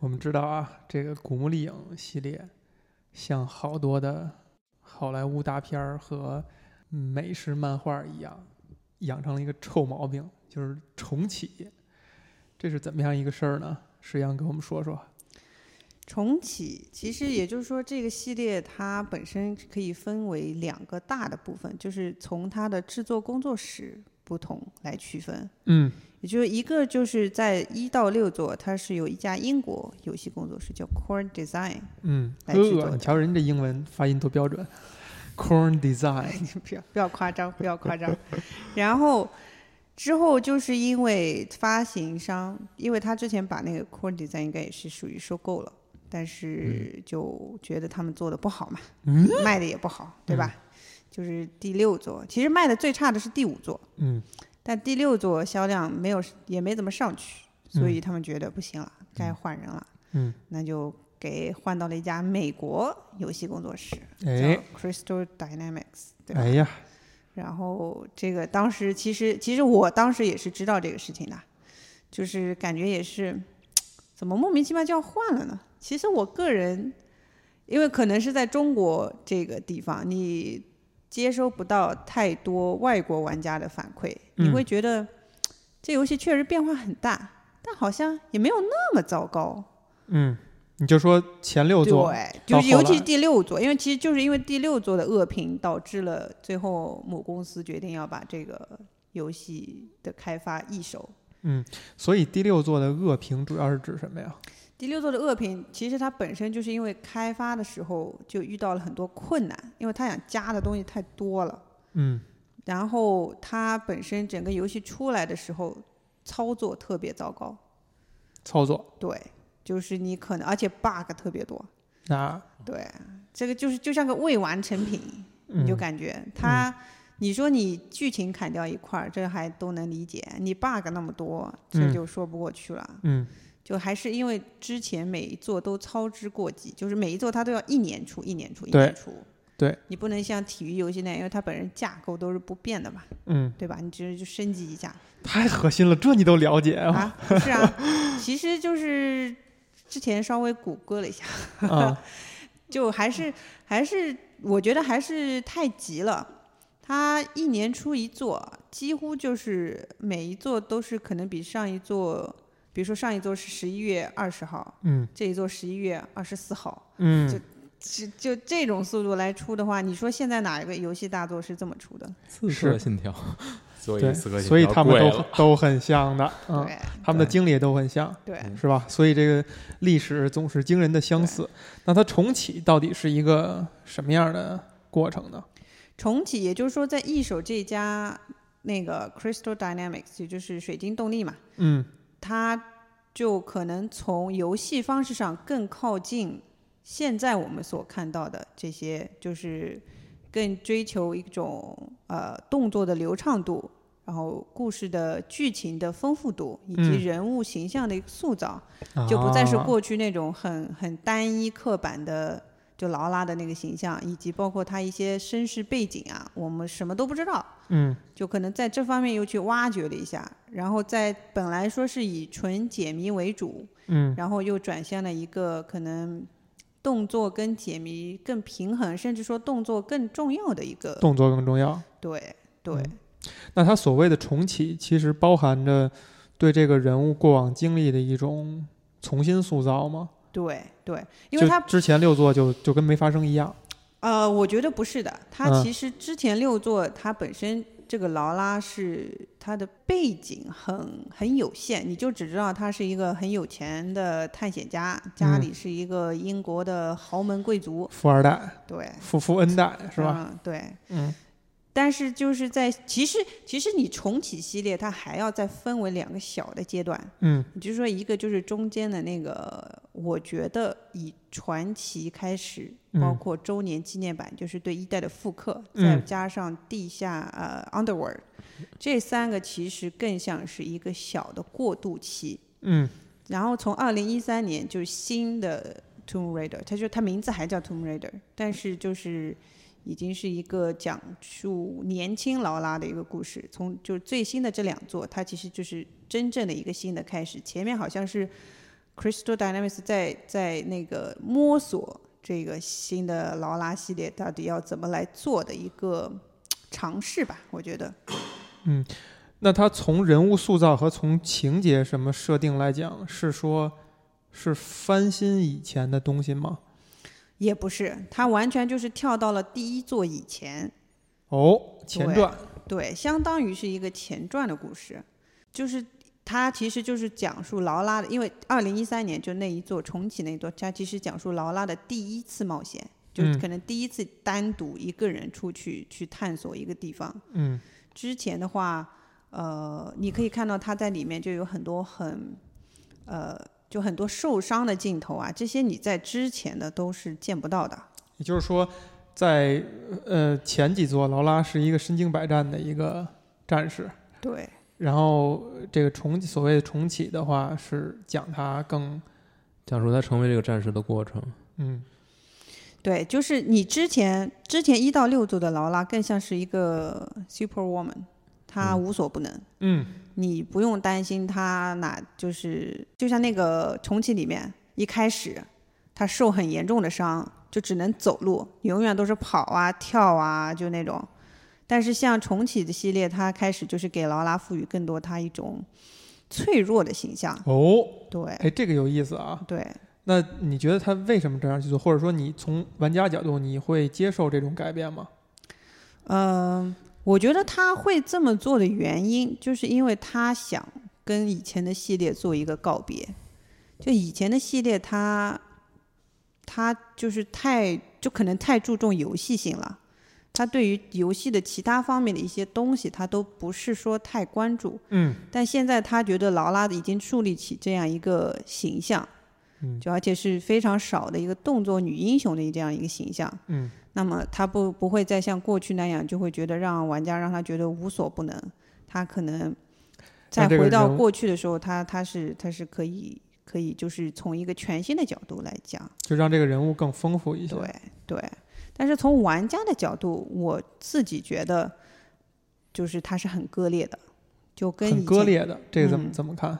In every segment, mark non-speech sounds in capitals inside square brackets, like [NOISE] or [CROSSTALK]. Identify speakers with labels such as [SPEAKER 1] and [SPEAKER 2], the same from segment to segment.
[SPEAKER 1] 我们知道啊，这个《古墓丽影》系列，像好多的好莱坞大片儿和美式漫画一样，养成了一个臭毛病，就是重启。这是怎么样一个事儿呢？石阳给我们说说。
[SPEAKER 2] 重启其实也就是说，这个系列它本身可以分为两个大的部分，就是从它的制作工作室不同来区分。
[SPEAKER 1] 嗯
[SPEAKER 2] 也就是一个就是在一到六座，它是有一家英国游戏工作室叫 Core Design，
[SPEAKER 1] 嗯，
[SPEAKER 2] 来
[SPEAKER 1] 哥
[SPEAKER 2] 去做
[SPEAKER 1] 哥，你瞧人这英文发音多标准。Corn Design，
[SPEAKER 2] 不要不要夸张，不要夸张。 [LAUGHS] 然后之后就是因为发行商，因为他之前把那个 Core Design 应该也是属于收购了，但是就觉得他们做的不好嘛，
[SPEAKER 1] 嗯
[SPEAKER 2] [LAUGHS] 卖的也不好，对吧？就是第六座，其实卖的最差的是第五座，
[SPEAKER 1] 嗯
[SPEAKER 2] 但第六座销量没有也没怎么上去，所以他们觉得不行了，该换人了。
[SPEAKER 1] 嗯，
[SPEAKER 2] 那就给换到了一家美国游戏工作室，
[SPEAKER 1] 哎
[SPEAKER 2] 叫 Crystal Dynamics，对吧？
[SPEAKER 1] 哎呀，
[SPEAKER 2] 然后这个当时其实其实我当时也是知道这个事情的，就是感觉也是怎么莫名其妙就要换了呢？其实我个人，因为可能是在中国这个地方，你接收不到太多外国玩家的反馈，你
[SPEAKER 1] 嗯
[SPEAKER 2] 会觉得这游戏确实变化很大，但好像也没有那么糟糕。
[SPEAKER 1] 嗯，你就说前六座，
[SPEAKER 2] 对，
[SPEAKER 1] 到
[SPEAKER 2] 就是尤
[SPEAKER 1] 后
[SPEAKER 2] 其
[SPEAKER 1] 来
[SPEAKER 2] 是第六座，因为其实就是因为第六座的恶评，导致了最后母公司决定要把这个游戏的开发一手。
[SPEAKER 1] 所以第六座的恶评主要是指什么呀？
[SPEAKER 2] 第六座的恶评，其实它本身就是因为开发的时候就遇到了很多困难，因为它想加的东西太多了。
[SPEAKER 1] 嗯
[SPEAKER 2] 然后它本身整个游戏出来的时候，操作特别糟糕，，
[SPEAKER 1] 操作。
[SPEAKER 2] 对，就是你可能而且 bug 特别多，
[SPEAKER 1] 那
[SPEAKER 2] 对，这个就是就像个未完成品，你就
[SPEAKER 1] 嗯
[SPEAKER 2] 感觉它，你说你剧情砍掉一块儿，这还都能理解；你 bug 那么多，这
[SPEAKER 1] 嗯
[SPEAKER 2] 就说不过去了。
[SPEAKER 1] 嗯
[SPEAKER 2] 就还是因为之前每一座都操之过急，就是每一座它都要一年出、一年出、一
[SPEAKER 1] 对
[SPEAKER 2] 年出。
[SPEAKER 1] 对，
[SPEAKER 2] 你不能像体育游戏那样，因为它本身架构都是不变的嘛，
[SPEAKER 1] 嗯，
[SPEAKER 2] 对吧？你只是就升级一下
[SPEAKER 1] 太核心了，这你都了解啊？
[SPEAKER 2] 啊，不
[SPEAKER 1] [LAUGHS]
[SPEAKER 2] 是啊，其实就是之前稍微谷歌了一下，
[SPEAKER 1] 啊
[SPEAKER 2] 就还是还是我觉得还是太急了。它一年出一座，几乎就是每一座都是可能比上一座，比如说上一座是十一月二十号，
[SPEAKER 1] 嗯
[SPEAKER 2] 这一座十一月二十四号，
[SPEAKER 1] 嗯，
[SPEAKER 2] 就就这种速度来出的话，你说现在哪一个游戏大作是这么出的？
[SPEAKER 3] 刺
[SPEAKER 1] 是
[SPEAKER 3] 客信条，所
[SPEAKER 1] 对，
[SPEAKER 3] 以刺客信条
[SPEAKER 1] 所以他们
[SPEAKER 3] 贵
[SPEAKER 1] 都
[SPEAKER 3] 了
[SPEAKER 1] 都很
[SPEAKER 2] [LAUGHS]
[SPEAKER 1] 像的，嗯，
[SPEAKER 2] 对
[SPEAKER 1] 他们的
[SPEAKER 3] 对
[SPEAKER 1] 经历也都很像，
[SPEAKER 2] 对，
[SPEAKER 1] 是吧？所以这个历史总是惊人的相似。那它重启到底是一个什么样的过程呢？
[SPEAKER 2] 重启也就是说在一手这家那个 Crystal Dynamics，也就是水晶动力嘛，
[SPEAKER 1] 嗯
[SPEAKER 2] 它就可能从游戏方式上更靠近现在我们所看到的这些，就是更追求一种呃动作的流畅度，然后故事的剧情的丰富度，以及
[SPEAKER 1] 嗯啊
[SPEAKER 2] 人物形象的一个塑造，就不再是过去那种很很单一刻板的。就劳拉的那个形象，以及包括他一些身世背景啊，我们什么都不知道，
[SPEAKER 1] 嗯
[SPEAKER 2] 就可能在这方面又去挖掘了一下，然后在本来说是以纯解谜为主，
[SPEAKER 1] 嗯
[SPEAKER 2] 然后又转向了一个可能动作跟解谜更平衡，甚至说动作更重要的一个。
[SPEAKER 1] 动作更重要。
[SPEAKER 2] 对对
[SPEAKER 1] 嗯那它所谓的重启，其实包含着对这个人物过往经历的一种重新塑造吗？
[SPEAKER 2] 对对，因为
[SPEAKER 1] 就
[SPEAKER 2] 它
[SPEAKER 1] 之前六座就就跟没发生一样。
[SPEAKER 2] 呃，我觉得不是的，它
[SPEAKER 1] 嗯
[SPEAKER 2] 其实之前六座它本身这个劳拉是它的背景很很有限，你就只知道他是一个很有钱的探险家，家
[SPEAKER 1] 嗯
[SPEAKER 2] 里是一个英国的豪门贵族。
[SPEAKER 1] 富二代、
[SPEAKER 2] 对，
[SPEAKER 1] 富富 N 代是吧？
[SPEAKER 2] 嗯，对，
[SPEAKER 1] 嗯。
[SPEAKER 2] 但是就是在其实其实你重启系列，它还要再分为两个小的阶段，
[SPEAKER 1] 嗯
[SPEAKER 2] 也就是说一个就是中间的那个，我觉得以传奇开始，
[SPEAKER 1] 嗯
[SPEAKER 2] 包括周年纪念版，就是对一代的复刻，
[SPEAKER 1] 嗯
[SPEAKER 2] 再加上地下呃 Underworld，这三个其实更像是一个小的过渡期。
[SPEAKER 1] 嗯
[SPEAKER 2] 然后从二零一三年就是新的 Tomb Raider，它就它名字还叫 Tomb Raider，但是就是已经是一个讲述年轻劳拉的一个故事。从就是最新的这两座，它其实就是真正的一个新的开始。前面好像是 Crystal Dynamics 在在那个摸索这个新的劳拉系列到底要怎么来做的一个尝试吧，我觉得。
[SPEAKER 1] 那它从人物塑造和从情节什么设定来讲，是说，是翻新以前的东西吗？
[SPEAKER 2] 也不是，它完全就是跳到了第一作以前，
[SPEAKER 1] 哦，前传，
[SPEAKER 2] 对，相当于是一个前传的故事，就是它其实就是讲述劳拉的，因为二零一三年就那一座重启那一座，它其实讲述劳拉的第一次冒险，就是
[SPEAKER 1] 嗯
[SPEAKER 2] 可能第一次单独一个人出去去探索一个地方。
[SPEAKER 1] 嗯
[SPEAKER 2] 之前的话，呃，你可以看到他在里面就有很多很，呃，就很多受伤的镜头啊，这些你在之前的都是见不到的。
[SPEAKER 1] 也就是说，在呃前几座，劳拉是一个身经百战的一个战士，
[SPEAKER 2] 对，
[SPEAKER 1] 然后呃这个重所谓的重启的话，是讲他更
[SPEAKER 3] 讲述他成为这个战士的过程。
[SPEAKER 1] 嗯
[SPEAKER 2] 对，就是你之前之前一到六组的劳拉更像是一个 super woman，她无所不能，
[SPEAKER 1] 嗯
[SPEAKER 2] 你不用担心她哪就是就像那个重启里面一开始她受很严重的伤，就只能走路，永远都是跑啊跳啊就那种。但是像重启的系列，它开始就是给劳拉赋予更多她一种脆弱的形象，
[SPEAKER 1] 哦，
[SPEAKER 2] 对
[SPEAKER 1] 哎，这个有意思啊。
[SPEAKER 2] 对。
[SPEAKER 1] 那你觉得他为什么这样去做，或者说你从玩家角度，你会接受这种改变吗？
[SPEAKER 2] 嗯，我觉得他会这么做的原因，就是因为他想跟以前的系列做一个告别。就以前的系列他，他就是太就可能太注重游戏性了，他对于游戏的其他方面的一些东西，他都不是说太关注。
[SPEAKER 1] 嗯，
[SPEAKER 2] 但现在他觉得劳拉已经树立起这样一个形象，
[SPEAKER 1] 嗯
[SPEAKER 2] 就而且是非常少的一个动作女英雄的这样一个形象，
[SPEAKER 1] 嗯，
[SPEAKER 2] 那么他不不会再像过去那样，就会觉得让玩家让他觉得无所不能，他可能再
[SPEAKER 1] 让这个
[SPEAKER 2] 回到
[SPEAKER 1] 人物
[SPEAKER 2] 过去的时候，他他是他是可以可以就是从一个全新的角度来讲，
[SPEAKER 1] 就让这个人物更丰富一些。
[SPEAKER 2] 对对，但是从玩家的角度，我自己觉得就是他是很割裂的，就跟以
[SPEAKER 1] 很割
[SPEAKER 2] 前
[SPEAKER 1] 裂的，这个怎么、
[SPEAKER 2] 嗯
[SPEAKER 1] 怎么看？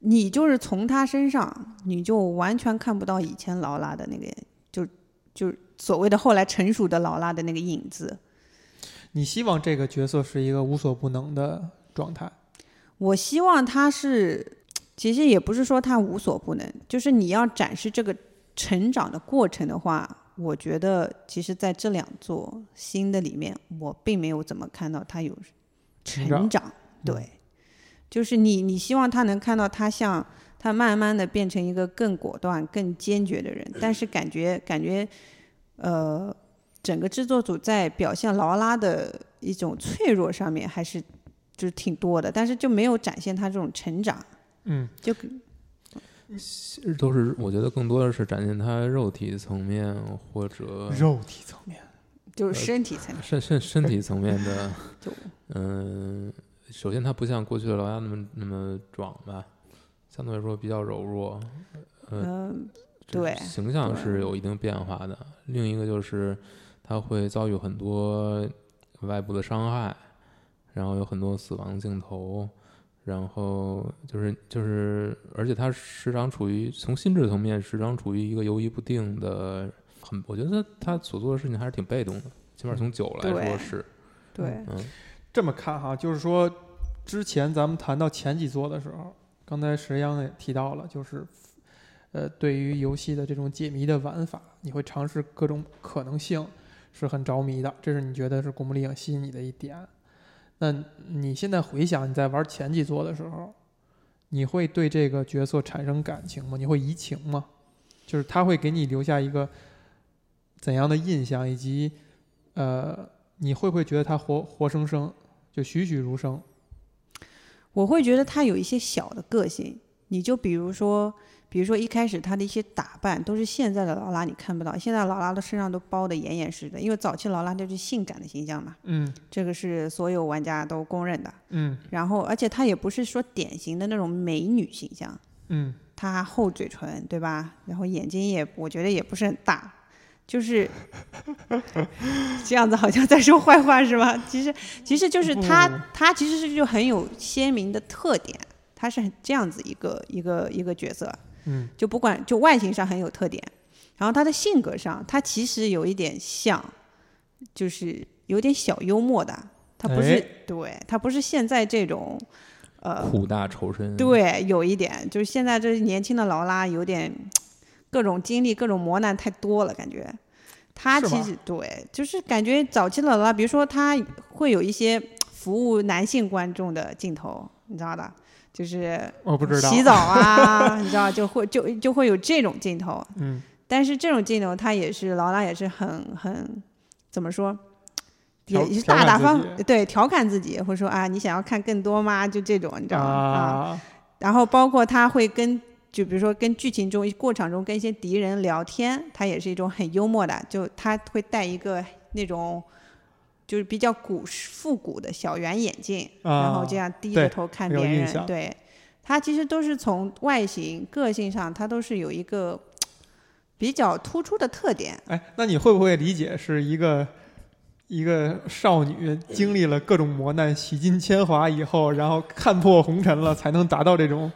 [SPEAKER 2] 你就是从他身上，你就完全看不到以前劳拉的那个，就就所谓的后来成熟的劳拉的那个影子。
[SPEAKER 1] 你希望这个角色是一个无所不能的状态？
[SPEAKER 2] 我希望他是，其实也不是说他无所不能，就是你要展示这个成长的过程的话，我觉得其实在这两座新的里面，我并没有怎么看到他有
[SPEAKER 1] 成
[SPEAKER 2] 成
[SPEAKER 1] 长
[SPEAKER 2] 长。对，就是你你希望他能看到他像他慢慢的变成一个更果断、更坚决的人，但是感觉感觉呃，整个制作组在表现劳拉的一种脆弱上面还是就是挺多的，但是就没有展现他这种成长。
[SPEAKER 1] 嗯，
[SPEAKER 2] 就
[SPEAKER 3] 其实都是我觉得更多的是展现他肉体层面或者
[SPEAKER 1] 肉体层面。
[SPEAKER 2] 就是身体层面
[SPEAKER 3] 身身身体层面的
[SPEAKER 2] 就
[SPEAKER 3] 嗯、首先他不像过去的老鸭那么那么壮吧，相对来说比较柔弱，
[SPEAKER 2] 嗯、
[SPEAKER 3] 这
[SPEAKER 2] 对
[SPEAKER 3] 形象
[SPEAKER 2] 对
[SPEAKER 3] 是有一定变化的。另一个就是他会遭遇很多外部的伤害，然后有很多死亡镜头，然后就是就是，而且他时常处于从心智层面时常处于一个游移不定的，很我觉得他所做的事情还是挺被动的，起码从酒来
[SPEAKER 2] 嗯对
[SPEAKER 3] 说是，
[SPEAKER 2] 对，
[SPEAKER 3] 嗯，
[SPEAKER 1] 这么看哈，就是说，之前咱们谈到前几座的时候，刚才石央也提到了，就是，呃，对于游戏的这种解谜的玩法，你会尝试各种可能性，是很着迷的。这是你觉得是《古墓丽影》吸引你的一点。那你现在回想你在玩前几座的时候，你会对这个角色产生感情吗？你会移情吗？就是他会给你留下一个怎样的印象，以及呃，你会不会觉得他活活生生，就栩栩如生？
[SPEAKER 2] 我会觉得他有一些小的个性。你就比如说，比如说一开始他的一些打扮都是现在的劳拉你看不到，现在劳拉的身上都包得严严实的，因为早期劳拉就是性感的形象嘛，
[SPEAKER 1] 嗯
[SPEAKER 2] 这个是所有玩家都公认的。
[SPEAKER 1] 嗯
[SPEAKER 2] 然后，而且她也不是说典型的那种美女形象，
[SPEAKER 1] 嗯，
[SPEAKER 2] 她厚嘴唇，对吧？然后眼睛也，我觉得也不是很大，就是 [LAUGHS] 这样子，好像在说坏话是吧？其实，其实就是她
[SPEAKER 1] 不，
[SPEAKER 2] 她其实是就很有鲜明的特点，她是很这样子一个一个一个角色。
[SPEAKER 1] 嗯
[SPEAKER 2] 就不管就外形上很有特点，然后他的性格上，他其实有一点像，就是有点小幽默的，他不是、
[SPEAKER 1] 哎
[SPEAKER 2] 对他不是现在这种，呃，
[SPEAKER 3] 苦大仇深，，
[SPEAKER 1] 嗯
[SPEAKER 2] 对，有一点就是现在这年轻的劳拉有点各种经历、各种磨难太多了，感觉。他
[SPEAKER 1] 是
[SPEAKER 2] 其
[SPEAKER 1] 吗
[SPEAKER 2] 实对，就是感觉早期的劳拉，比如说他会有一些服务男性观众的镜头，你知道的，就是
[SPEAKER 1] 我不知道。
[SPEAKER 2] 洗澡啊，你知道就会就就会有这种镜头，
[SPEAKER 1] 嗯，
[SPEAKER 2] 但是这种镜头他也是劳拉也是很很怎么说，
[SPEAKER 1] 调
[SPEAKER 2] 也是
[SPEAKER 1] 调
[SPEAKER 2] 大
[SPEAKER 1] 侃
[SPEAKER 2] 大
[SPEAKER 1] 自
[SPEAKER 2] 方
[SPEAKER 1] 己
[SPEAKER 2] 对调侃自己，或者说啊你想要看更多吗？就这种你知道吗？啊，
[SPEAKER 1] 啊，
[SPEAKER 2] 然后包括他会跟就比如说跟剧情中过场中跟一些敌人聊天，他也是一种很幽默的，就他会戴一个那种。就是比较古复古的小圆眼镜，然后
[SPEAKER 1] 啊
[SPEAKER 2] 这样低
[SPEAKER 1] 对
[SPEAKER 2] 着头看
[SPEAKER 1] 有
[SPEAKER 2] 别
[SPEAKER 1] 印
[SPEAKER 2] 人，
[SPEAKER 1] 象
[SPEAKER 2] 对他其实都是从外形、个性上，他都是有一个比较突出的特点。
[SPEAKER 1] 哎，那你会不会理解是一个一个少女经历了各种磨难、洗尽铅华以后，然后看破红尘了，才能达到这种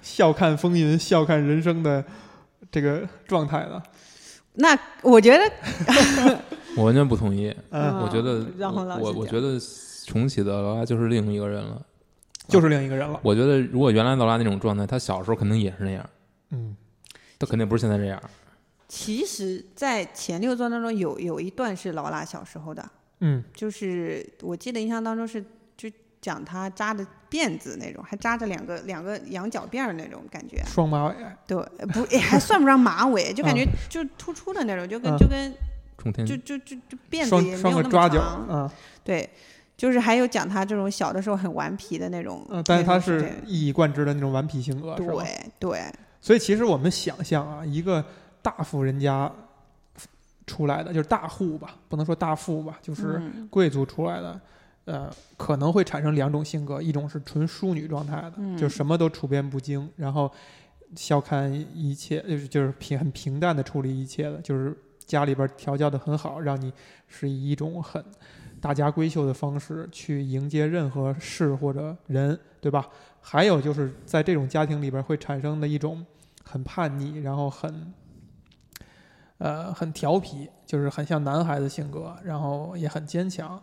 [SPEAKER 1] 笑看风云、笑看人生的这个状态呢？
[SPEAKER 2] 那我觉得，
[SPEAKER 3] 我完全不同意。
[SPEAKER 1] 嗯，
[SPEAKER 3] 我觉得
[SPEAKER 2] 让洪啊老
[SPEAKER 3] 我
[SPEAKER 2] 师
[SPEAKER 3] 我我
[SPEAKER 2] 讲
[SPEAKER 3] 觉得重启的劳拉就是另一个人了。
[SPEAKER 1] 就是另一个人了。
[SPEAKER 3] 我觉得如果原来劳拉那种状态，她小时候肯定也是那样，
[SPEAKER 1] 嗯，
[SPEAKER 3] 她肯定不是现在这样。
[SPEAKER 2] 其实，在前六作当中有有一段是劳拉小时候的，
[SPEAKER 1] 嗯，
[SPEAKER 2] 就是我记得印象当中是就讲她扎着辫子那种，还扎着两个两个羊角辫儿那种感觉。
[SPEAKER 1] 双马尾，
[SPEAKER 2] 对，不也还算不上马尾，就
[SPEAKER 1] 嗯
[SPEAKER 2] 感觉就突出的那种，就跟就跟
[SPEAKER 3] 冲天
[SPEAKER 2] 就就就就辫
[SPEAKER 1] 双
[SPEAKER 2] 子也没
[SPEAKER 1] 双
[SPEAKER 2] 有
[SPEAKER 1] 个
[SPEAKER 2] 那
[SPEAKER 1] 抓
[SPEAKER 2] 么
[SPEAKER 1] 角，
[SPEAKER 2] 长。
[SPEAKER 1] 嗯
[SPEAKER 2] 对，就是还有讲他这种小的时候很顽皮的那种，
[SPEAKER 1] 嗯，但是
[SPEAKER 2] 那
[SPEAKER 1] 他
[SPEAKER 2] 种
[SPEAKER 1] 是
[SPEAKER 2] 这
[SPEAKER 1] 一以贯之的那种顽皮性格，是吧？
[SPEAKER 2] 对对，
[SPEAKER 1] 所以其实我们想象啊，一个大富人家出来的，就是大户吧，不能说大富吧，就是
[SPEAKER 2] 嗯
[SPEAKER 1] 贵族出来的，呃，可能会产生两种性格，一种是纯淑女状态的，
[SPEAKER 2] 嗯
[SPEAKER 1] 就什么都处变不惊，然后笑看一切，就是就是平很平淡的处理一切的，就是家里边调教的很好，让你是以一种很大家闺秀的方式去迎接任何事或者人，对吧？还有就是在这种家庭里边会产生的一种很叛逆，然后很。呃，很调皮，就是很像男孩子性格，然后也很坚强。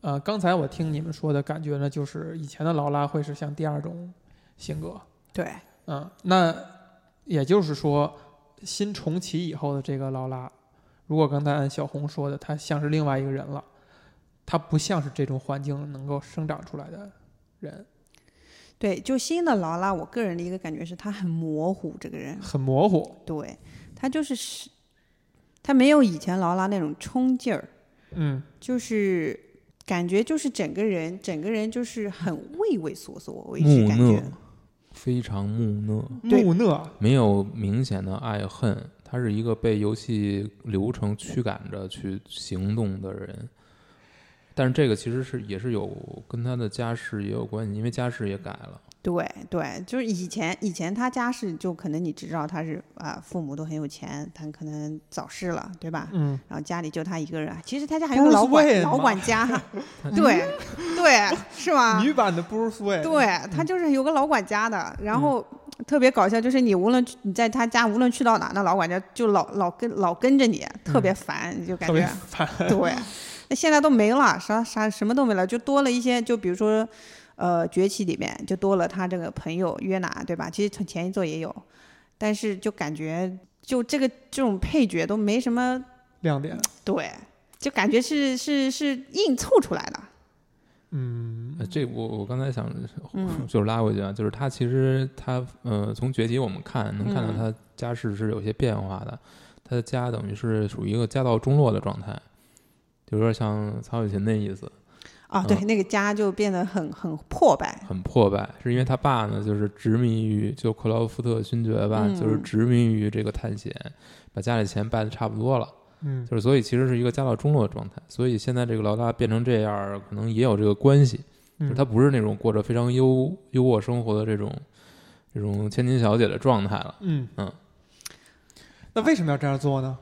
[SPEAKER 1] 呃，刚才我听你们说的感觉呢，就是以前的劳拉会是像第二种性格，
[SPEAKER 2] 对，
[SPEAKER 1] 嗯，那也就是说，新重启以后的这个劳拉，如果刚才按小红说的，她像是另外一个人了，她不像是这种环境能够生长出来的人，
[SPEAKER 2] 对，就新的劳拉，我个人的一个感觉是他很模糊，这个人，
[SPEAKER 1] 很模糊，
[SPEAKER 2] 对他就是是，他没有以前劳拉那种冲劲儿，
[SPEAKER 1] 嗯，
[SPEAKER 2] 就是感觉就是整个人整个人就是很畏畏缩缩，我一直
[SPEAKER 3] 木
[SPEAKER 2] 感
[SPEAKER 3] 讷
[SPEAKER 2] 觉，，
[SPEAKER 3] 非常木讷，
[SPEAKER 2] 对
[SPEAKER 1] 木讷，
[SPEAKER 3] 没有明显的爱恨，他是一个被游戏流程驱赶着去行动的人。但是这个其实是也是有跟他的家世也有关系，因为家世也改了。
[SPEAKER 2] 对对，就是以前以前他家是就可能你只知道他是啊、父母都很有钱，他可能早逝了，对吧？
[SPEAKER 1] 嗯，
[SPEAKER 2] 然后家里就他一个人，其实他家还有个
[SPEAKER 1] Bruce
[SPEAKER 2] 老
[SPEAKER 1] Wayne
[SPEAKER 2] 管
[SPEAKER 1] 嘛
[SPEAKER 2] 老管家，对对是吗？
[SPEAKER 1] 女版的 Bruce Wayne，
[SPEAKER 2] 啊对他就是有个老管家的，
[SPEAKER 1] 嗯
[SPEAKER 2] 然后特别搞笑，就是你无论去你在他家无论去到哪，那老管家就老老跟老跟着你，特别烦，你就
[SPEAKER 1] 嗯
[SPEAKER 2] 感
[SPEAKER 1] 特别
[SPEAKER 2] 觉
[SPEAKER 1] 烦，
[SPEAKER 2] 对。那现在都没了，啥啥什么都没了，就多了一些，就比如说，呃，崛起里面就多了他这个朋友约拿，对吧？其实从前一座也有，但是就感觉就这个这种配角都没什么
[SPEAKER 1] 亮点，
[SPEAKER 2] 对，就感觉是是是硬凑出来的。
[SPEAKER 1] 嗯
[SPEAKER 3] 呃，这我我刚才想
[SPEAKER 2] 嗯
[SPEAKER 3] [LAUGHS] 就是拉回去啊，就是他其实他呃，从崛起我们看能看
[SPEAKER 2] 嗯
[SPEAKER 3] 到他家世是有些变化的，他的家等于是属于一个家道中落的状态，就有点像曹雪芹那意思，
[SPEAKER 2] 啊，对，那个家就变得很很破败。
[SPEAKER 3] 很破败，是因为他爸呢就是执迷于就克劳福特勋爵吧，
[SPEAKER 2] 嗯
[SPEAKER 3] 就是执迷于这个探险，把家里钱败的差不多了，
[SPEAKER 1] 嗯，
[SPEAKER 3] 就是所以其实是一个家道中落的状态，所以现在这个劳拉变成这样儿，可能也有这个关系。就是她不是那种过着非常优优渥生活的这种这种千金小姐的状态了，
[SPEAKER 1] 嗯
[SPEAKER 3] 嗯，
[SPEAKER 1] 那为什么要这样做呢？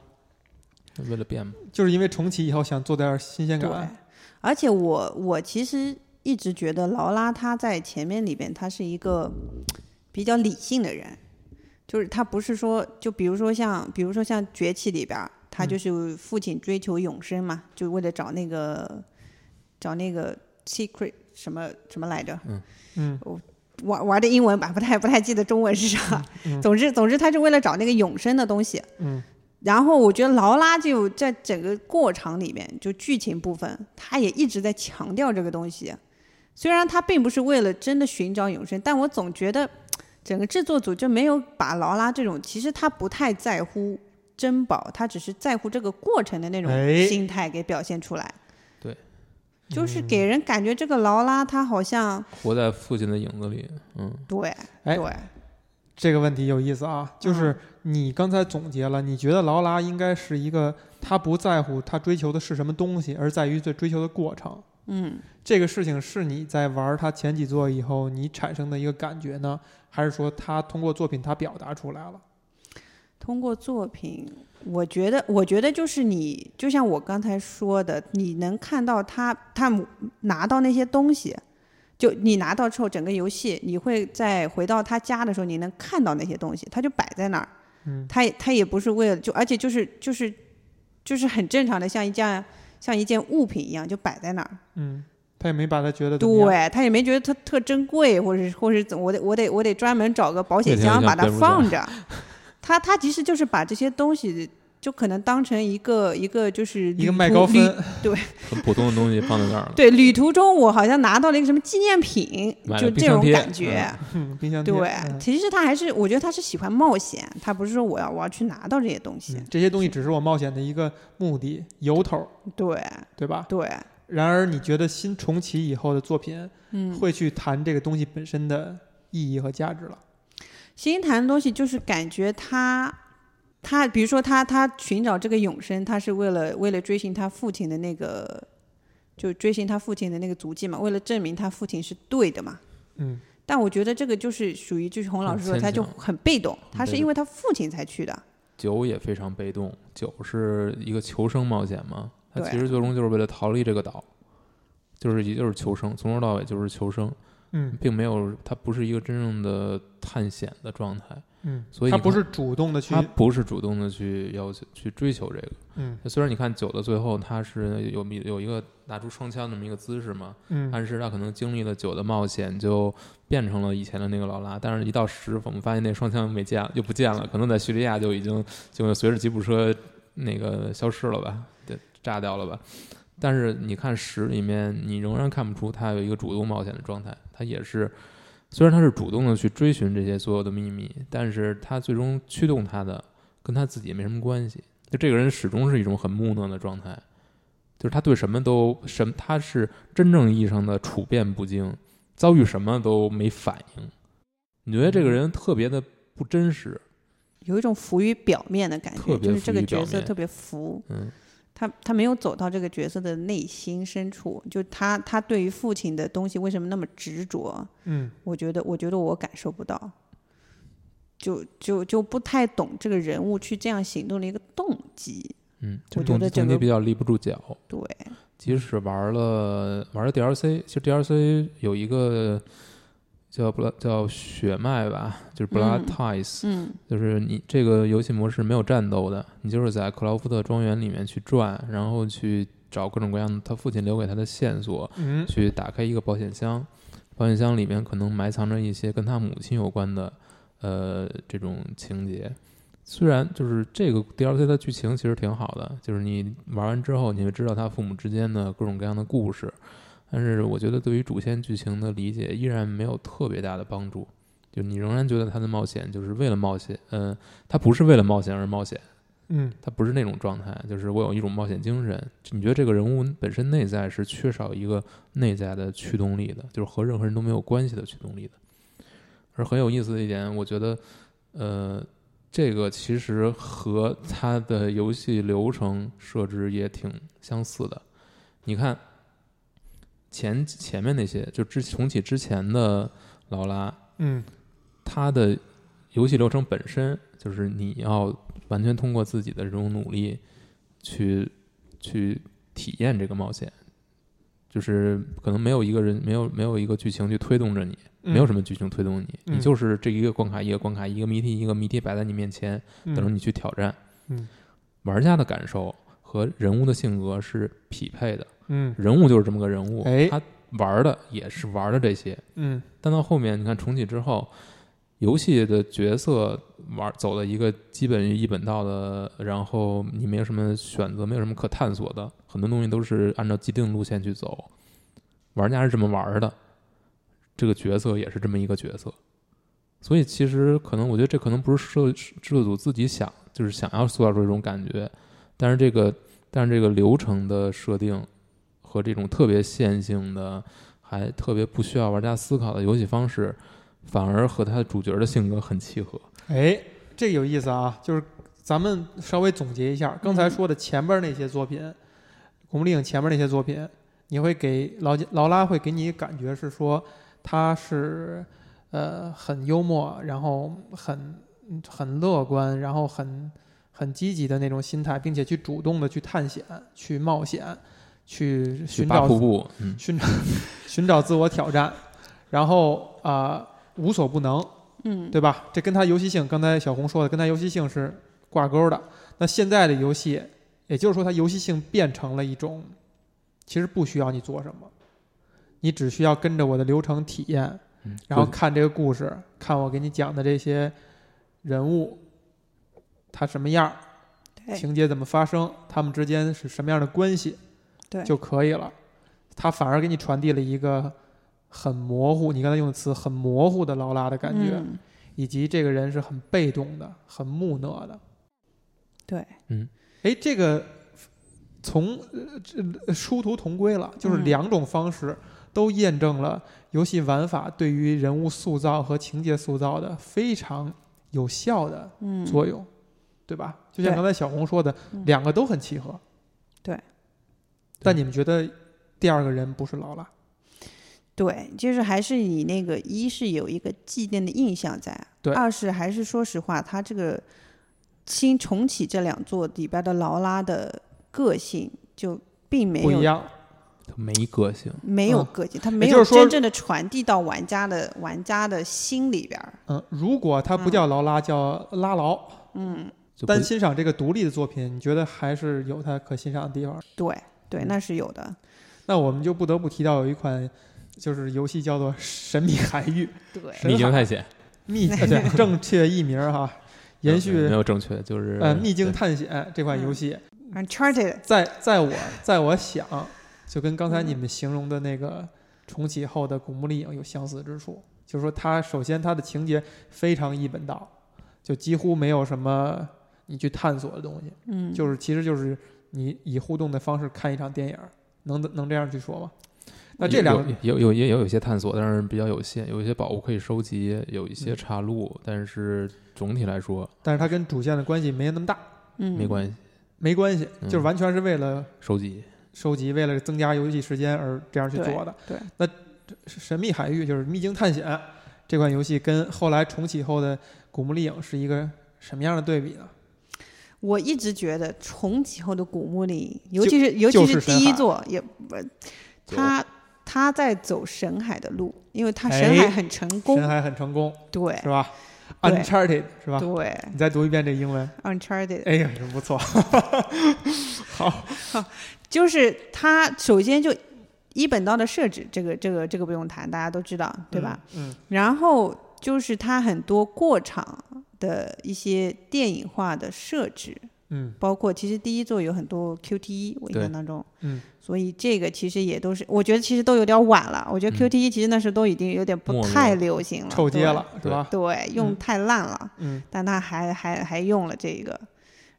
[SPEAKER 3] 为了变嘛。
[SPEAKER 1] 就是因为重启以后想做点新鲜
[SPEAKER 2] 对
[SPEAKER 1] 感，，
[SPEAKER 2] 而且我我其实一直觉得劳拉她在前面里边，她是一个比较理性的人，就是他不是说，就比如说像，比如说像《崛起》里边儿，他就是父亲追求永生嘛，就为了找那个找那个 secret 什么什么来着，
[SPEAKER 1] 嗯
[SPEAKER 2] 玩玩的英文吧，不太不太记得中文是啥。
[SPEAKER 1] 嗯嗯
[SPEAKER 2] 总之总之，他是为了找那个永生的东西。
[SPEAKER 1] 嗯
[SPEAKER 2] 然后我觉得劳拉就在整个过程里面，就剧情部分，他也一直在强调这个东西。虽然他并不是为了真的寻找永生，但我总觉得整个制作组就没有把劳拉这种，其实他不太在乎珍宝，他只是在乎这个过程的那种
[SPEAKER 1] 哎
[SPEAKER 2] 心态给表现出来。
[SPEAKER 3] 对，
[SPEAKER 2] 就是
[SPEAKER 1] 嗯
[SPEAKER 2] 给人感觉这个劳拉她好像
[SPEAKER 3] 活在父亲的影子里，嗯，
[SPEAKER 2] 对
[SPEAKER 1] 哎
[SPEAKER 2] 对
[SPEAKER 1] 这个问题有意思啊，
[SPEAKER 2] 嗯
[SPEAKER 1] 就是你刚才总结了，你觉得劳拉应该是一个他不在乎他追求的是什么东西，而在于最追求的过程。
[SPEAKER 2] 嗯，
[SPEAKER 1] 这个事情是你在玩他前几作以后你产生的一个感觉呢，还是说他通过作品他表达出来了？
[SPEAKER 2] 通过作品，我觉得，我觉得就是你，就像我刚才说的，你能看到他他拿到那些东西，就你拿到之后，整个游戏你会在回到他家的时候，你能看到那些东西，他就摆在那儿，
[SPEAKER 1] 嗯，
[SPEAKER 2] 他也他也不是为了就，而且就是就是就是很正常的，像一件像一件物品一样就摆在那儿，
[SPEAKER 1] 嗯，他也没把他觉得怎么样。
[SPEAKER 2] 对他也没觉得它特珍贵，或者是或者是怎么我得我得我得专门找个保险
[SPEAKER 3] 每天都
[SPEAKER 2] 箱
[SPEAKER 3] 想
[SPEAKER 2] 把它
[SPEAKER 3] 蝙蝠侠
[SPEAKER 2] 放着。他他其实就是把这些东西就可能当成一个一个就是
[SPEAKER 1] 一
[SPEAKER 2] 旅
[SPEAKER 1] 个
[SPEAKER 2] 途
[SPEAKER 1] 麦高
[SPEAKER 2] 旅
[SPEAKER 1] 芬，
[SPEAKER 3] 很普通的东西放在那儿了，
[SPEAKER 2] 对旅途中我好像拿到了一个什么纪念品
[SPEAKER 3] 买，了
[SPEAKER 2] 就
[SPEAKER 3] 冰
[SPEAKER 2] 这
[SPEAKER 3] 箱
[SPEAKER 2] 种
[SPEAKER 3] 贴
[SPEAKER 2] 感觉。
[SPEAKER 1] 嗯，冰箱贴。
[SPEAKER 2] 对，
[SPEAKER 1] 嗯
[SPEAKER 2] 其实他还是我觉得他是喜欢冒险，他不是说我要我要去拿到这些东西。
[SPEAKER 1] 嗯这些东西只是我冒险的一个目的由头，
[SPEAKER 2] 对
[SPEAKER 1] 对吧？
[SPEAKER 2] 对，
[SPEAKER 1] 然而，你觉得新重启以后的作品
[SPEAKER 2] 嗯，
[SPEAKER 1] 会去谈这个东西本身的意义和价值了？
[SPEAKER 2] 新谈的东西就是感觉他，他比如说他他寻找这个永生，他是为了为了追寻他父亲的那个，就追寻他父亲的那个足迹嘛，为了证明他父亲是对的嘛。
[SPEAKER 1] 嗯，
[SPEAKER 2] 但我觉得这个就是属于就是洪老师说，
[SPEAKER 3] 很牵
[SPEAKER 2] 他就
[SPEAKER 3] 强嗯
[SPEAKER 2] 很被动，他
[SPEAKER 3] 被
[SPEAKER 2] 是因为他父亲才去的。
[SPEAKER 3] 酒也非常被动，酒是一个求生冒险嘛，它
[SPEAKER 2] 对
[SPEAKER 3] 其实最终就是为了逃离这个岛，就是也就是求生，从头到尾就是求生，
[SPEAKER 1] 嗯
[SPEAKER 3] 并没有它不是一个真正的探险的状态，
[SPEAKER 1] 嗯，
[SPEAKER 3] 所以
[SPEAKER 1] 他
[SPEAKER 3] 你
[SPEAKER 1] 不
[SPEAKER 3] 看
[SPEAKER 1] 是主动的去
[SPEAKER 3] 它，不是主动的去要求去追求这个。
[SPEAKER 1] 嗯
[SPEAKER 3] 虽然你看酒的最后他是有有一个拿出双枪那么一个姿势嘛，
[SPEAKER 1] 嗯
[SPEAKER 3] 暗示他可能经历了酒的冒险，就变成了以前的那个劳拉。但是，一到十，我们发现那双枪没见了，又不见了，可能在叙利亚就已经就随着吉普车那个消失了吧，对，炸掉了吧。但是你看十里面，你仍然看不出他有一个主动冒险的状态，他也是。虽然他是主动的去追寻这些所有的秘密，但是他最终驱动他的跟他自己也没什么关系。就这个人始终是一种很木讷的状态，就是他对什么都什么，他是真正意义上的处变不惊，遭遇什么都没反应。你觉得这个
[SPEAKER 2] 嗯
[SPEAKER 3] 人特别的不真实，
[SPEAKER 2] 有一种浮于表面的感觉，
[SPEAKER 3] 特别
[SPEAKER 2] 就是这
[SPEAKER 3] 浮
[SPEAKER 2] 个
[SPEAKER 3] 于
[SPEAKER 2] 角
[SPEAKER 3] 表
[SPEAKER 2] 色
[SPEAKER 3] 面
[SPEAKER 2] 特别浮，
[SPEAKER 3] 嗯，
[SPEAKER 2] 他他没有走到这个角色的内心深处，就他他对于父亲的东西为什么那么执着？
[SPEAKER 1] 嗯
[SPEAKER 2] 我觉得，我觉得我感受不到，就就就不太懂这个人物去这样行动的一个动机。
[SPEAKER 3] 嗯，就
[SPEAKER 2] 我觉
[SPEAKER 3] 动
[SPEAKER 2] 得
[SPEAKER 3] 机
[SPEAKER 2] 整
[SPEAKER 3] 动机
[SPEAKER 2] 个
[SPEAKER 3] 比较立不住脚。
[SPEAKER 2] 对，
[SPEAKER 3] 即使玩了玩了 DLC，其实 DLC 有一个叫布拉叫血脉吧，就是布拉
[SPEAKER 2] 嗯
[SPEAKER 3] ties，、
[SPEAKER 2] 嗯
[SPEAKER 3] 就是你这个游戏模式没有战斗的，你就是在克劳福特庄园里面去转，然后去找各种各样的他父亲留给他的线索，
[SPEAKER 1] 嗯
[SPEAKER 3] 去打开一个保险箱，保险箱里面可能埋藏着一些跟他母亲有关的呃这种情节。虽然就是这个 DLC 的剧情其实挺好的，就是你玩完之后你会知道他父母之间的各种各样的故事，但是我觉得对于主线剧情的理解依然没有特别大的帮助。就你仍然觉得他的冒险就是为了冒险，嗯、他不是为了冒险而冒险，
[SPEAKER 1] 嗯
[SPEAKER 3] 他不是那种状态，就是我有一种冒险精神。你觉得这个人物本身内在是缺少一个内在的驱动力的，就是和任何人都没有关系的驱动力的。而很有意思的一点，我觉得，呃，这个其实和他的游戏流程设置也挺相似的。你看前前面那些，就之重启之前的劳拉，
[SPEAKER 1] 嗯
[SPEAKER 3] 它的游戏流程本身就是你要完全通过自己的这种努力去去体验这个冒险，就是可能没有一个人，没有没有一个剧情去推动着你，没有什
[SPEAKER 1] 么，
[SPEAKER 3] 么剧情推动你，
[SPEAKER 1] 嗯
[SPEAKER 3] 你就是这一个关卡一个关卡，一个谜题一个谜题摆在你面前，
[SPEAKER 1] 嗯
[SPEAKER 3] 等着你去挑战。
[SPEAKER 1] 嗯，
[SPEAKER 3] 玩家的感受和人物的性格是匹配的，
[SPEAKER 1] 嗯
[SPEAKER 3] 人物就是这么个人物，
[SPEAKER 1] 哎
[SPEAKER 3] 他玩的也是玩的这些。
[SPEAKER 1] 嗯
[SPEAKER 3] 但到后面你看重启之后，游戏的角色玩走了一个基本一本道的，然后你没有什么选择，没有什么可探索的，很多东西都是按照既定路线去走，玩家是这么玩的，这个角色也是这么一个角色，所以其实可能我觉得这可能不是设制作组自己想，就是想要塑造出这种感觉，但是这个但是这个流程的设定和这种特别线性的。还特别不需要玩家思考的游戏方式，反而和他的主角的性格很契合。
[SPEAKER 1] 哎，这个有意思啊，就是咱们稍微总结一下刚
[SPEAKER 3] 嗯
[SPEAKER 1] 才说的前边那些作品，《古墓丽影》前面那些作品，你会给劳杰劳拉会给你感觉是说他是呃很幽默，然后很嗯很乐观，然后很很积极的那种心态，并且去主动的去探险、去冒险、去
[SPEAKER 3] 去
[SPEAKER 1] 寻
[SPEAKER 3] 扒
[SPEAKER 1] 找
[SPEAKER 3] 瀑布，嗯，
[SPEAKER 1] 寻找 [LAUGHS] 寻找自我挑战，然后啊、无所不能。
[SPEAKER 2] 嗯，
[SPEAKER 1] 对吧？这跟它游戏性，刚才小红说的，跟它游戏性是挂钩的。那现在的游戏，也就是说，它游戏性变成了一种，其实不需要你做什么，你只需要跟着我的流程体验，
[SPEAKER 3] 嗯
[SPEAKER 1] 然后看这个故事，看我给你讲的这些人物，他什么样儿，
[SPEAKER 2] 对
[SPEAKER 1] 情节怎么发生，他们之间是什么样的关系，
[SPEAKER 2] 对
[SPEAKER 1] 就可以了。它反而给你传递了一个很模糊，你刚才用的词很模糊的劳拉的感觉。
[SPEAKER 2] 嗯
[SPEAKER 1] 以及这个人是很被动的、很木讷的。
[SPEAKER 2] 对，
[SPEAKER 3] 嗯，
[SPEAKER 1] 哎，这个从呃这殊途同归了，就是
[SPEAKER 2] 嗯
[SPEAKER 1] 两种方式都验证了游戏玩法对于人物塑造和情节塑造的非常有效的
[SPEAKER 2] 嗯，
[SPEAKER 1] 作用，对吧？就像
[SPEAKER 2] 对
[SPEAKER 1] 刚才小红说的，
[SPEAKER 2] 嗯
[SPEAKER 1] 两个都很契合。
[SPEAKER 2] 对，
[SPEAKER 1] 但你们觉得第二个人不是劳拉？
[SPEAKER 2] 对，就是还是你那个一是有一个既定的印象在，
[SPEAKER 1] 对
[SPEAKER 2] 二是还是说实话，他这个新重启这两座里边的劳拉的个性就并没
[SPEAKER 1] 不一
[SPEAKER 2] 有
[SPEAKER 1] 样，
[SPEAKER 3] 他没个性，
[SPEAKER 2] 没有
[SPEAKER 1] 嗯
[SPEAKER 2] 个性，他没
[SPEAKER 1] 就
[SPEAKER 2] 有
[SPEAKER 1] 是说
[SPEAKER 2] 真正的传递到玩家的玩家的心里边儿。
[SPEAKER 1] 嗯，如果他不
[SPEAKER 2] 嗯
[SPEAKER 1] 叫劳拉，叫拉劳，
[SPEAKER 3] 就不
[SPEAKER 1] 单欣赏这个独立的作品，你觉得还是有它可欣赏的地方。
[SPEAKER 2] 对
[SPEAKER 1] 嗯
[SPEAKER 2] 对，那是有的。
[SPEAKER 1] 那我们就不得不提到有一款就是游戏叫做《神秘海域》，
[SPEAKER 2] 对
[SPEAKER 3] 秘境探险，
[SPEAKER 1] 秘呃对正确译名儿哈， [LAUGHS] 延
[SPEAKER 3] 没有没
[SPEAKER 1] 续
[SPEAKER 3] 有正确，就是
[SPEAKER 1] 呃秘境
[SPEAKER 3] 对
[SPEAKER 1] 探险这款游戏，
[SPEAKER 2] ，Uncharted，
[SPEAKER 1] 在在我在我想，就跟刚才你们形容的那个重启后的《古墓丽影》有相似之处，就是说它首先它的情节非常一本道，就几乎没有什么你去探索的东西。
[SPEAKER 2] 嗯，
[SPEAKER 1] 就是其实就是你以互动的方式看一场电影儿，能能这样去说吗？那这两个，
[SPEAKER 3] 有有有也有一些探索，但是比较有限，有一些宝物可以收集，有一些
[SPEAKER 1] 嗯
[SPEAKER 3] 岔路，但是总体来说
[SPEAKER 1] 但是它跟主线的关系没那么大，
[SPEAKER 2] 嗯
[SPEAKER 3] 没关系，
[SPEAKER 1] 没关系，
[SPEAKER 3] 嗯
[SPEAKER 1] 就是完全是为了
[SPEAKER 3] 收集
[SPEAKER 1] 收集、为了增加游戏时间而这样去做的。
[SPEAKER 2] 对对
[SPEAKER 1] 那这神秘海域就是秘境探险这款游戏，跟后来重启后的古墓丽影是一个什么样的对比呢？
[SPEAKER 2] 我一直觉得重启后的古墓丽影，尤
[SPEAKER 1] 就
[SPEAKER 2] 其是尤
[SPEAKER 1] 就
[SPEAKER 2] 其
[SPEAKER 1] 是深
[SPEAKER 2] 第一
[SPEAKER 1] 海
[SPEAKER 2] 座，也不，
[SPEAKER 3] 走
[SPEAKER 2] 他他在走神海的路，因为他
[SPEAKER 1] 哎
[SPEAKER 2] 神海很成功，
[SPEAKER 1] 深海很成功，
[SPEAKER 2] 对
[SPEAKER 1] 是吧
[SPEAKER 2] 对
[SPEAKER 1] ？Uncharted 是吧？
[SPEAKER 2] 对
[SPEAKER 1] 你再读一遍这英文，
[SPEAKER 2] ，Uncharted，
[SPEAKER 1] 哎呀，真不错。
[SPEAKER 2] 就是他首先就一本道的设置，这个这个这个不用谈，大家都知道，对吧？
[SPEAKER 1] 嗯？嗯，
[SPEAKER 2] 然后就是他很多过场的一些电影化的设置，
[SPEAKER 1] 嗯，
[SPEAKER 2] 包括其实第一座有很多 QTE，我印
[SPEAKER 3] 对
[SPEAKER 2] 象当中，
[SPEAKER 1] 嗯，
[SPEAKER 2] 所以这个其实也都是，我觉得其实都有点晚了。我觉得
[SPEAKER 3] 嗯
[SPEAKER 2] QTE 其实那时候都已经有点
[SPEAKER 3] 没
[SPEAKER 2] 不
[SPEAKER 3] 落
[SPEAKER 2] 太流行了，
[SPEAKER 1] 臭街
[SPEAKER 2] 对
[SPEAKER 1] 嗯了，是
[SPEAKER 3] 对
[SPEAKER 1] 吧？
[SPEAKER 2] 对，用
[SPEAKER 1] 嗯
[SPEAKER 2] 太烂了，
[SPEAKER 1] 嗯
[SPEAKER 2] 但他还还还用了这个，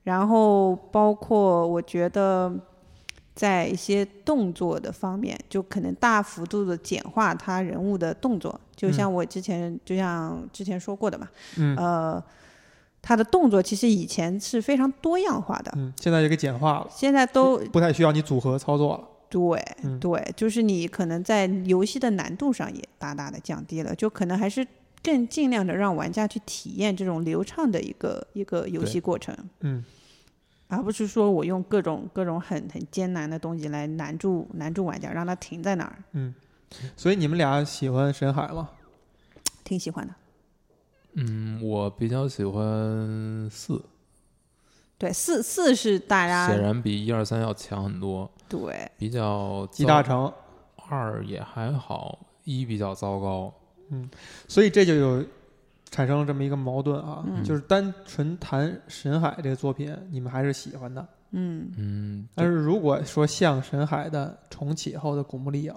[SPEAKER 2] 然后包括我觉得在一些动作的方面，就可能大幅度的简化他人物的动作，就像我之前、就像之前说过的嘛，
[SPEAKER 1] 嗯
[SPEAKER 2] 呃，他的动作其实以前是非常多样化的，
[SPEAKER 1] 嗯，现在也给简化了。
[SPEAKER 2] 现在都
[SPEAKER 1] 不太需要你组合操作了。
[SPEAKER 2] 对、
[SPEAKER 1] 嗯
[SPEAKER 2] 对，就是你可能在游戏的难度上也大大的降低了，就可能还是更尽量的让玩家去体验这种流畅的一个一个游
[SPEAKER 3] 对
[SPEAKER 2] 戏过程。
[SPEAKER 1] 嗯，
[SPEAKER 2] 而不是说我用各种各种很很艰难的东西来难住难住玩家，让他停在那儿，
[SPEAKER 1] 所以你们俩喜欢沈海吗？
[SPEAKER 2] 挺喜欢的。
[SPEAKER 3] 嗯，我比较喜欢四，
[SPEAKER 2] 对，四四是大
[SPEAKER 3] 显
[SPEAKER 2] 家
[SPEAKER 3] 然比一二三要强很多，
[SPEAKER 2] 对
[SPEAKER 3] 比较
[SPEAKER 1] 集大
[SPEAKER 3] 糟
[SPEAKER 1] 成，
[SPEAKER 3] 二也还好，一比较糟糕。
[SPEAKER 1] 所以这就有产生了这么一个矛盾啊，
[SPEAKER 2] 嗯
[SPEAKER 1] 就是单纯谈沈海这个作品，你们还是喜欢的。
[SPEAKER 2] 嗯
[SPEAKER 3] 嗯，
[SPEAKER 1] 但
[SPEAKER 3] 就是
[SPEAKER 1] 如果说像沈海的重启后的《古墓丽影》，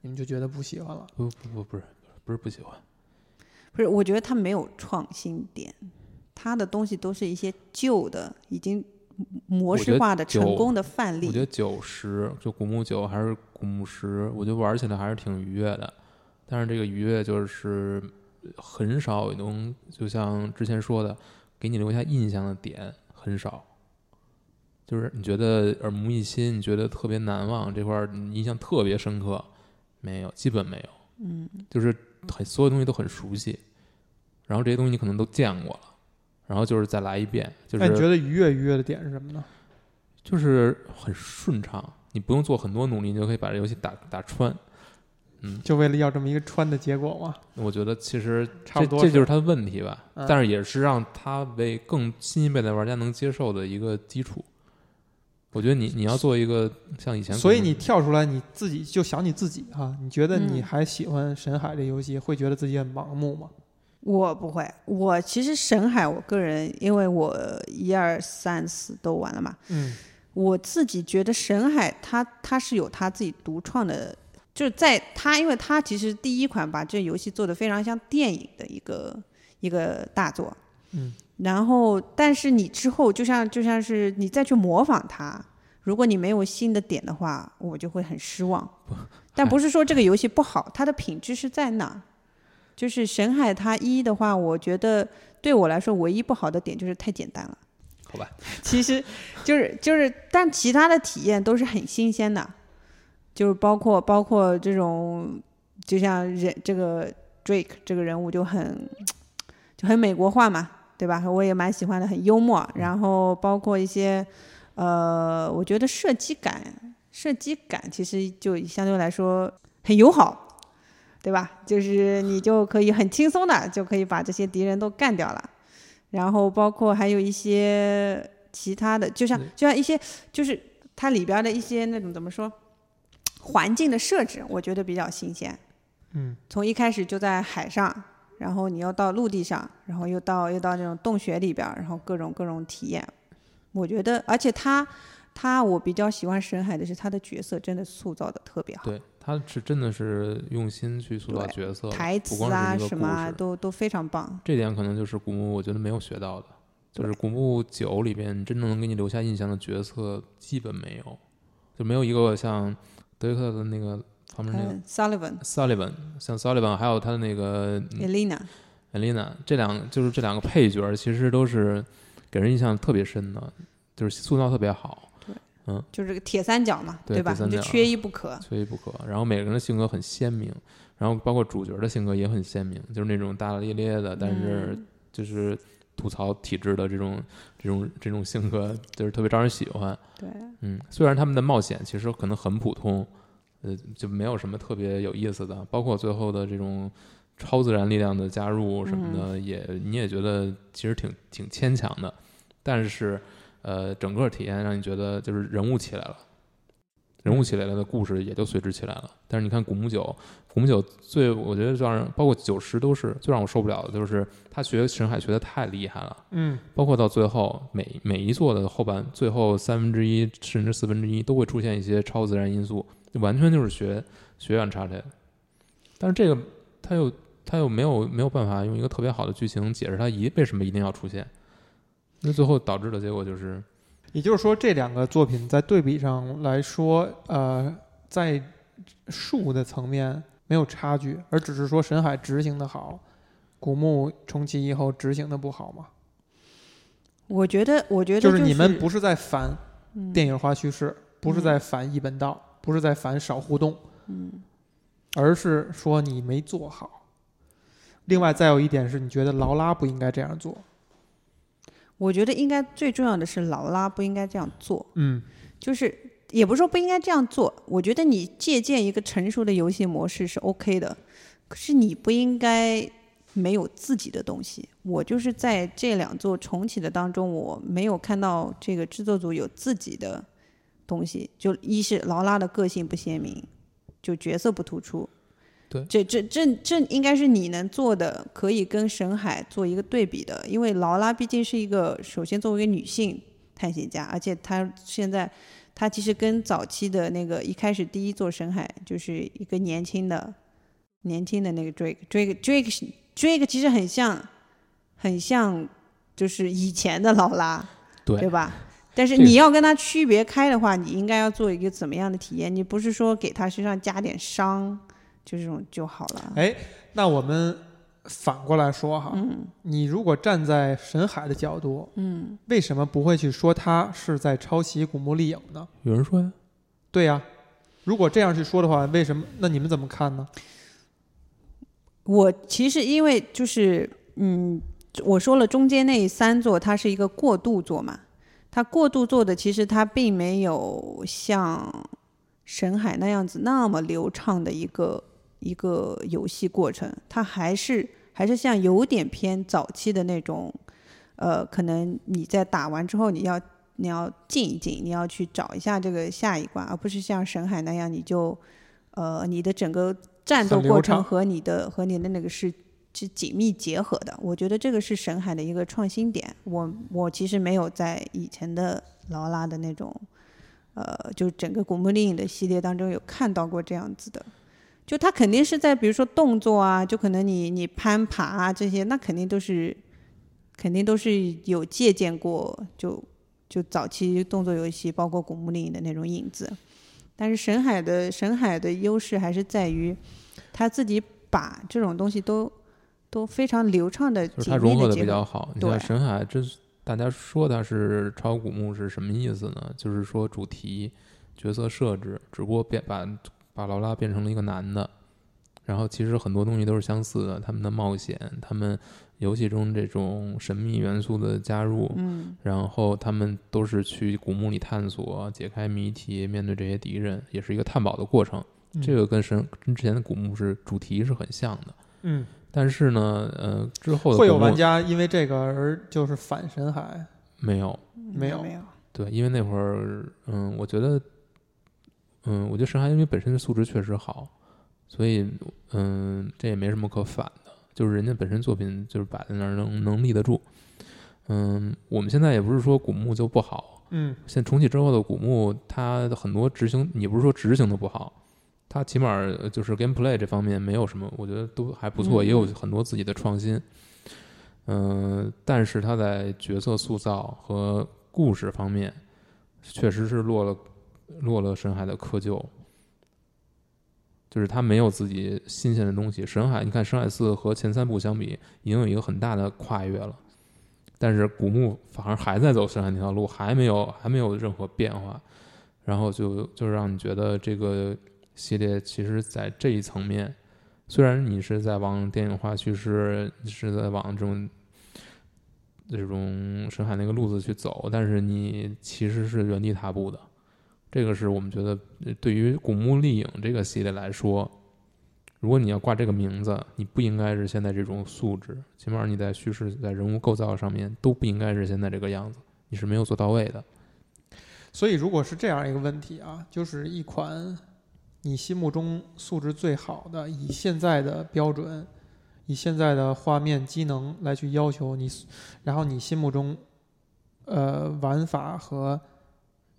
[SPEAKER 1] 你们就觉得不喜欢了。
[SPEAKER 3] 不不不不是不是不喜欢，
[SPEAKER 2] 不是，我觉得他没有创新点，他的东西都是一些旧的已经模
[SPEAKER 3] 我觉
[SPEAKER 2] 式
[SPEAKER 3] 得
[SPEAKER 2] 化的
[SPEAKER 3] 九
[SPEAKER 2] 成功的范
[SPEAKER 3] 我觉
[SPEAKER 2] 例
[SPEAKER 3] 得，九十就古墓九还是古墓十，我觉得玩起来还是挺愉悦的，但是这个愉悦就是很少能就像之前说的，给你留下印象的点很少。就是你觉得耳目一新，你觉得特别难忘这块儿，你印象特别深刻，没有，基本没有。
[SPEAKER 2] 嗯，
[SPEAKER 3] 就是很所有东西都很熟悉，然后这些东西你可能都见过了，然后就是再来一遍，就
[SPEAKER 1] 那你觉
[SPEAKER 3] 是
[SPEAKER 1] 得愉悦愉悦的点是什么呢？
[SPEAKER 3] 就是很顺畅，你不用做很多努力，你就可以把这游戏打打穿。
[SPEAKER 1] 就为了要这么一个穿的结果吗？
[SPEAKER 3] 我觉得其实
[SPEAKER 1] 差
[SPEAKER 3] 这
[SPEAKER 1] 不多
[SPEAKER 3] 这就是是它的问题吧，
[SPEAKER 1] 嗯
[SPEAKER 3] 但是也是让它为更新一辈的玩家能接受的一个基础。我觉得你你要做一个像以前，
[SPEAKER 1] 所以你跳出来，你自己就想你自己哈、你觉得你
[SPEAKER 2] 嗯
[SPEAKER 1] 还喜欢沈海这游戏，会觉得自己很盲目吗？
[SPEAKER 2] 我不会，我其实沈海，我个人因为我一二三四都玩了嘛，
[SPEAKER 1] 嗯，
[SPEAKER 2] 我自己觉得沈海他他是有他自己独创的，就是在他，因为他其实第一款把这游戏做的非常像电影的一个一个大作，
[SPEAKER 1] 嗯，
[SPEAKER 2] 然后但是你之后就像就像是你再去模仿他，如果你没有新的点的话，我就会很失望。但不是说这个游戏不好，它的品质是在哪儿？就是沈海他一的话，我觉得对我来说唯一不好的点就是太简单了。 [LAUGHS]
[SPEAKER 3] 好吧，
[SPEAKER 2] 其实就是就是，但其他的体验都是很新鲜的，就是包括包括这种，就像人这个 Drake 这个人物就很就很美国化嘛，对吧？我也蛮喜欢的，很幽默。然后包括一些呃，我觉得射击感，射击感其实就相对来说很友好。对吧？就是你就可以很轻松的就可以把这些敌人都干掉了，然后包括还有一些其他的，就像就像一些就是它里边的一些那种怎么说，环境的设置，我觉得比较新鲜。
[SPEAKER 1] 嗯，
[SPEAKER 2] 从一开始就在海上，然后你又到陆地上，然后又到又到这种洞穴里边儿，然后各种各种体验。我觉得，而且他他我比较喜欢沈海的是他的角色真的塑造的特别好，
[SPEAKER 3] 对，它是真的是用心去塑造
[SPEAKER 2] 对
[SPEAKER 3] 角色，
[SPEAKER 2] 台
[SPEAKER 3] 不
[SPEAKER 2] 词
[SPEAKER 3] 光
[SPEAKER 2] 啊
[SPEAKER 3] 是一个
[SPEAKER 2] 什
[SPEAKER 3] 故
[SPEAKER 2] 么啊
[SPEAKER 3] 事
[SPEAKER 2] 都都非常棒。
[SPEAKER 3] 这点可能就是古墓，我觉得没有学到的，就是
[SPEAKER 2] 对
[SPEAKER 3] 古墓九里边真正能给你留下印象的角色基本没有，就没有一个像德瑞克的那个旁边那个
[SPEAKER 2] 嗯，Sullivan、
[SPEAKER 3] Sullivan，像 Sullivan 还有他的那个
[SPEAKER 2] Elena，
[SPEAKER 3] Elena，这两就是这两个配角其实都是给人印象特别深的，就是塑造特别好，
[SPEAKER 2] 就是个铁三角嘛，
[SPEAKER 3] 对
[SPEAKER 2] 吧
[SPEAKER 3] 铁？三
[SPEAKER 2] 你就
[SPEAKER 3] 角啊
[SPEAKER 2] 缺一不可。
[SPEAKER 3] 缺一不可。然后每个人的性格很鲜明，然后包括主角的性格也很鲜明，就是那种大大咧咧的，但是
[SPEAKER 2] 嗯
[SPEAKER 3] 就是吐槽体制的这种这种这种性格，就是特别招人喜欢。
[SPEAKER 2] 对，
[SPEAKER 3] 嗯，虽然他们的冒险其实可能很普通，呃，就没有什么特别有意思的，包括最后的这种超自然力量的加入什么的，也你也觉得其实挺挺牵强的，但是呃，整个体验让你觉得就是人物起来了。人物起来了的故事也就随之起来了。但是你看古墓九，古墓九最我觉得让人包括九十都是最让我受不了的，就是他学沈海学的太厉害了。
[SPEAKER 1] 嗯，
[SPEAKER 3] 包括到最后每每一座的后半，最后三分之一甚至四分之一都会出现一些超自然因素，完全就是学学院差的。但是这个他又他又没有没有办法用一个特别好的剧情解释他一为什么一定要出现，那最后导致的结果就是
[SPEAKER 1] 也就是说，这两个作品在对比上来说，呃，在术的层面没有差距，而只是说沈海执行的好，古墓重启以后执行的不好嘛。
[SPEAKER 2] 我觉得，我觉得
[SPEAKER 1] 就是是你们不是在反
[SPEAKER 2] 嗯
[SPEAKER 1] 电影化叙事，不是在反一本道，不是在反少互动，
[SPEAKER 2] 嗯，
[SPEAKER 1] 而是说你没做好。另外，再有一点是，你觉得劳拉不应该这样做。
[SPEAKER 2] 我觉得应该最重要的是劳拉不应该这样做，
[SPEAKER 1] 嗯
[SPEAKER 2] 就是也不是说不应该这样做。我觉得你借鉴一个成熟的游戏模式是 OK 的，可是你不应该没有自己的东西。我就是在这两座重启的当中，我没有看到这个制作组有自己的东西。就一是劳拉的个性不鲜明，就角色不突出。
[SPEAKER 3] 对
[SPEAKER 2] 这这这这应该是你能做的，可以跟沈海做一个对比的，因为劳拉毕竟是一个，首先作为一个女性探险家，而且她现在她其实跟早期的那个一开始第一座深海就是一个年轻的年轻的那个 Drake，Drake Drake 是 Drake 其实很像很像就是以前的劳拉，
[SPEAKER 3] 对
[SPEAKER 2] 吧？但是
[SPEAKER 3] 这个
[SPEAKER 2] 你要跟他区别开的话，你应该要做一个怎么样的体验？你不是说给他身上加点伤，就这种就好了。
[SPEAKER 1] 哎，那我们反过来说哈，
[SPEAKER 2] 嗯
[SPEAKER 1] 你如果站在沈海的角度，
[SPEAKER 2] 嗯，
[SPEAKER 1] 为什么不会去说他是在抄袭古墓丽影呢？
[SPEAKER 3] 有人说呀，
[SPEAKER 1] 对呀、如果这样去说的话，为什么？那你们怎么看呢？
[SPEAKER 2] 我其实因为就是嗯，我说了中间那三座它是一个过渡座嘛，它过渡座的其实它并没有像沈海那样子那么流畅的一个一个游戏过程，它还是还是像有点偏早期的那种，呃，可能你在打完之后你要。你要静一静，你要去找一下这个下一关，而不是像沈海那样，你就，呃，你的整个战斗
[SPEAKER 1] 很流
[SPEAKER 2] 过程
[SPEAKER 1] 畅
[SPEAKER 2] 和你的和你的那个是是紧密结合的。我觉得这个是沈海的一个创新点。我我其实没有在以前的劳拉的那种，呃，就整个古墓丽影的系列当中有看到过这样子的。就他肯定是在比如说动作啊，就可能你你攀爬啊这些，那肯定都是肯定都是有借鉴过，就就早期动作游戏包括古墓丽影的那种影子。但是沈海的沈海的优势还是在于他自己把这种东西都都非常流畅的
[SPEAKER 3] 就是
[SPEAKER 2] 紧
[SPEAKER 3] 它
[SPEAKER 2] 密
[SPEAKER 3] 融合
[SPEAKER 2] 的
[SPEAKER 3] 的
[SPEAKER 2] 结
[SPEAKER 3] 比
[SPEAKER 2] 合。
[SPEAKER 3] 较好。你
[SPEAKER 2] 对
[SPEAKER 3] 像沈海，这大家说他是超古墓是什么意思呢？就是说主题、角色设置，只不过变把把劳拉变成了一个男的。然后其实很多东西都是相似的，他们的冒险，他们游戏中这种神秘元素的加入，
[SPEAKER 2] 嗯
[SPEAKER 3] 然后他们都是去古墓里探索、解开谜题，面对这些敌人，也是一个探宝的过程。
[SPEAKER 2] 嗯
[SPEAKER 3] 这个跟神跟之前的古墓是主题是很像的，
[SPEAKER 1] 嗯，
[SPEAKER 3] 但是呢，呃，之后的
[SPEAKER 1] 会有
[SPEAKER 3] 古墓
[SPEAKER 1] 玩家因为这个而就是反沈海，
[SPEAKER 3] 没有？
[SPEAKER 1] 没
[SPEAKER 2] 没
[SPEAKER 1] 有
[SPEAKER 2] 没有，
[SPEAKER 3] 对，因为那会儿，嗯，我觉得，嗯，我觉得沈海因为本身的素质确实好，所以，嗯，这也没什么可反的，就是人家本身作品就是摆在那儿能能立得住。嗯，我们现在也不是说古墓就不好，
[SPEAKER 1] 嗯
[SPEAKER 3] 现在重启之后的古墓，它的很多执行，也不是说执行的不好，它起码呃就是 gameplay 这方面没有什么，我觉得都还不错，
[SPEAKER 2] 嗯
[SPEAKER 3] 也有很多自己的创新。嗯、但是它在角色塑造和故事方面，确实是落了落了深海的窠臼。就是它没有自己新鲜的东西。沈海，你看《深海四》和前三部相比，已经有一个很大的跨越了。但是古墓反而还在走深海那条路，还没有还没有任何变化，然后就就让你觉得这个系列其实在这一层面，虽然你是在往电影化叙事，你是在往这种这种深海那个路子去走，但是你其实是原地踏步的。这个是我们觉得呃对于古墓丽影这个系列来说，如果你要挂这个名字，你不应该是现在这种素质，起码你在叙事、在人物构造上面都不应该是现在这个样子，你是没有做到位的。
[SPEAKER 1] 所以如果是这样一个问题啊，就是一款你心目中素质最好的，以现在的标准，以现在的画面机能来去要求你，然后你心目中，呃，玩法和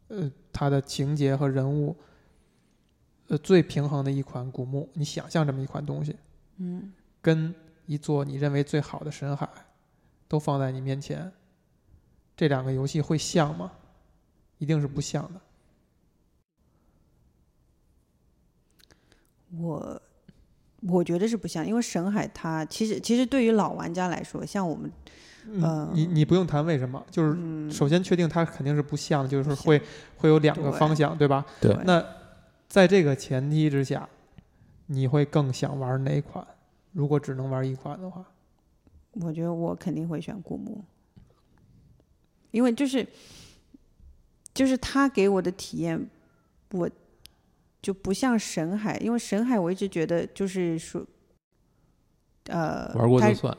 [SPEAKER 1] 呃它的情节和人物，呃最平衡的一款古墓，你想象这么一款东西，
[SPEAKER 2] 嗯，
[SPEAKER 1] 跟一座你认为最好的深海都放在你面前，这两个游戏会像吗？一定是不像的。
[SPEAKER 2] 我我觉得是不像，因为沈海他其实其实对于老玩家来说，像我们
[SPEAKER 1] 嗯
[SPEAKER 2] 呃，
[SPEAKER 1] 你你不用谈为什么，就是
[SPEAKER 2] 嗯
[SPEAKER 1] 首先确定它肯定是不像的，就是
[SPEAKER 2] 不像
[SPEAKER 1] 会会有两个
[SPEAKER 2] 对
[SPEAKER 1] 方向，对吧？
[SPEAKER 3] 对
[SPEAKER 1] 那在这个前提之下，你会更想玩哪款？如果只能玩一款的话，
[SPEAKER 2] 我觉得我肯定会选古墓。因为就是就是他给我的体验，我就不像沈海，因为沈海我一直觉得就是说，呃，
[SPEAKER 3] 玩过
[SPEAKER 2] 他
[SPEAKER 3] 就算。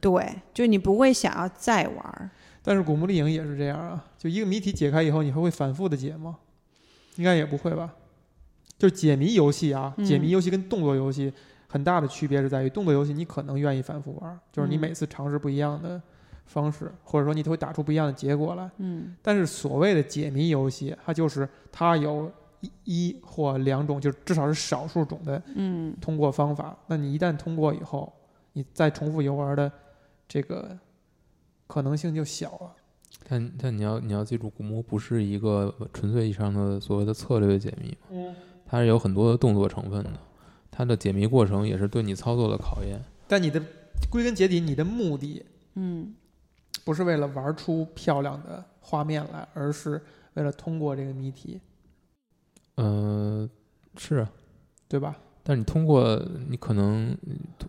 [SPEAKER 2] 对，就你不会想要再玩儿，
[SPEAKER 1] 但是古墓丽影也是这样啊，就一个谜题解开以后，你还会反复的解吗？应该也不会吧。就是解谜游戏啊，
[SPEAKER 2] 嗯
[SPEAKER 1] 解谜游戏跟动作游戏很大的区别是在于，动作游戏你可能愿意反复玩，就是你
[SPEAKER 2] 嗯
[SPEAKER 1] 每次尝试不一样的方式，或者说你会打出不一样的结果来。
[SPEAKER 2] 嗯
[SPEAKER 1] 但是所谓的解谜游戏，它就是它有一一或两种，就是至少是少数种的
[SPEAKER 2] 嗯
[SPEAKER 1] 通过方法。那你一旦通过以后，你再重复游玩的这个可能性就小了。
[SPEAKER 3] 但但你要你要记住，古墓不是一个纯粹意义上的所谓的策略解谜，
[SPEAKER 1] 嗯，
[SPEAKER 3] 它是有很多的动作成分的，它的解谜过程也是对你操作的考验。
[SPEAKER 1] 但你的归根结底，你的目的
[SPEAKER 2] 嗯
[SPEAKER 1] 不是为了玩出漂亮的画面来，而是为了通过这个谜题，
[SPEAKER 3] 嗯，是啊，
[SPEAKER 1] 对吧？
[SPEAKER 3] 但你通过你可能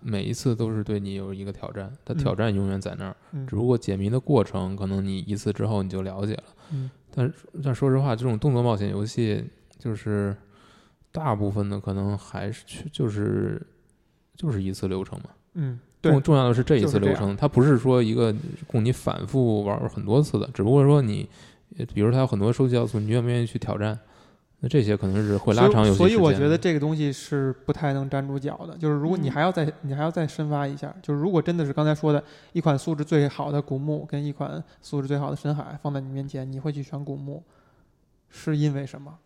[SPEAKER 3] 每一次都是对你有一个挑战，它
[SPEAKER 1] 嗯
[SPEAKER 3] 挑战永远在那儿，
[SPEAKER 1] 嗯
[SPEAKER 3] 只不过解谜的过程可能你一次之后你就了解了。
[SPEAKER 1] 嗯
[SPEAKER 3] 但但说实话，这种动作冒险游戏就是大部分的可能还是去就是就是一次流程嘛。
[SPEAKER 1] 嗯，对
[SPEAKER 3] 重，重要的是这一
[SPEAKER 1] 就是
[SPEAKER 3] 次
[SPEAKER 1] 这
[SPEAKER 3] 流程，它不是说一个供你反复玩很多次的，只不过说你，呃比如它有很多收集要素，你愿不愿意去挑战？那这些可能是会拉长游戏
[SPEAKER 1] 所以。所以
[SPEAKER 3] 时
[SPEAKER 1] 我
[SPEAKER 3] 间
[SPEAKER 1] 觉得
[SPEAKER 3] 的
[SPEAKER 1] 这个东西是不太能站住脚的。就是如果你
[SPEAKER 2] 嗯
[SPEAKER 1] 还要再、你还要再深挖一下，就是如果真的是刚才说的一款素质最好的古墓跟一款素质最好的深海放在你面前，你会去选古墓，是因为什么？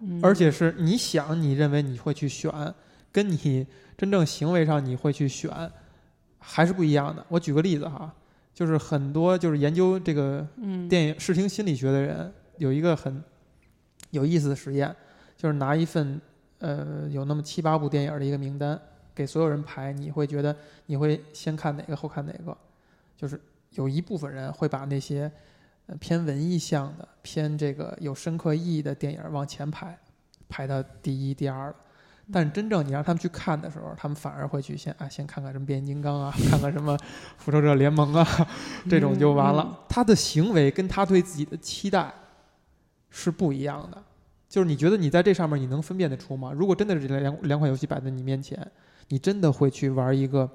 [SPEAKER 2] 嗯，
[SPEAKER 1] 而且是你想你认为你会去选，跟你真正行为上你会去选，还是不一样的。我举个例子哈，就是很多就是研究这个
[SPEAKER 2] 嗯
[SPEAKER 1] 电影视听心理学的人有一个很有意思的实验，就是拿一份呃有那么七八部电影的一个名单给所有人排，你会觉得你会先看哪个后看哪个，就是有一部分人会把那些呃偏文艺向的、偏这个有深刻意义的电影往前排，排到第一、第二了。但真正你让他们去看的时候，他们反而会去先啊，先看看什么变形金刚啊，看看什么复仇者联盟啊， [LAUGHS] 这种就完了。
[SPEAKER 2] 嗯
[SPEAKER 1] 他的行为跟他对自己的期待是不一样的。就是你觉得你在这上面你能分辨得出吗？如果真的是这两两款游戏摆在你面前，你真的会去玩一个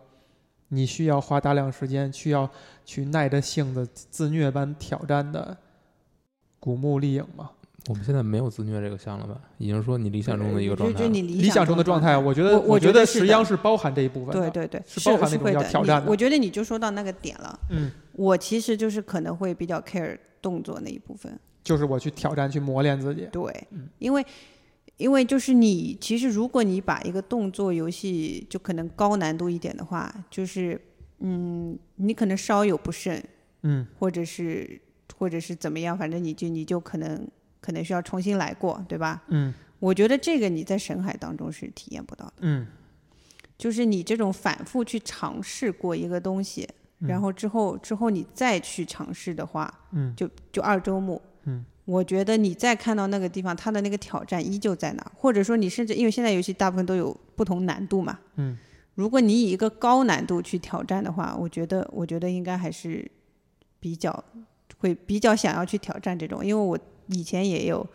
[SPEAKER 1] 你需要花大量时间、需要去耐着性子自虐般挑战的古墓丽影吗？
[SPEAKER 3] 我们现在没有自虐这个项了吧？已经说你理想中的一个状态
[SPEAKER 2] 就就
[SPEAKER 3] 了。
[SPEAKER 2] 你
[SPEAKER 1] 理想中的状态，我觉得
[SPEAKER 2] 我我
[SPEAKER 1] 觉
[SPEAKER 2] 觉
[SPEAKER 1] 得
[SPEAKER 2] 得是
[SPEAKER 1] 实际上是包含这一部分
[SPEAKER 2] 对
[SPEAKER 1] 的。
[SPEAKER 2] 对对，
[SPEAKER 1] 是
[SPEAKER 2] 是
[SPEAKER 1] 包含那
[SPEAKER 2] 是
[SPEAKER 1] 种
[SPEAKER 2] 会
[SPEAKER 1] 要
[SPEAKER 2] 的。
[SPEAKER 1] 挑
[SPEAKER 2] 你
[SPEAKER 1] 战的
[SPEAKER 2] 我觉得你就说到那个点了。
[SPEAKER 1] 嗯，
[SPEAKER 2] 我其实就是可能会比较 care 动作那一部分，
[SPEAKER 1] 就是我去挑战、去磨练自己。
[SPEAKER 2] 对
[SPEAKER 1] 嗯，
[SPEAKER 2] 因为因为就是你其实如果你把一个动作游戏就可能高难度一点的话，就是嗯，你可能稍有不慎，
[SPEAKER 1] 嗯
[SPEAKER 2] 或者是或者是怎么样，反正你就你就可能可能需要重新来过，对吧？
[SPEAKER 1] 嗯
[SPEAKER 2] 我觉得这个你在深海当中是体验不到的，
[SPEAKER 1] 嗯
[SPEAKER 2] 就是你这种反复去尝试过一个东西，然后之后之后你再去尝试的话，
[SPEAKER 1] 嗯
[SPEAKER 2] 就就二周目，
[SPEAKER 1] 嗯，
[SPEAKER 2] 我觉得你再看到那个地方，它的那个挑战依旧在那儿，或者说你甚至因为现在游戏大部分都有不同难度嘛，
[SPEAKER 1] 嗯，
[SPEAKER 2] 如果你以一个高难度去挑战的话，我觉得我觉得应该还是比较会比较想要去挑战这种，因为我以前也有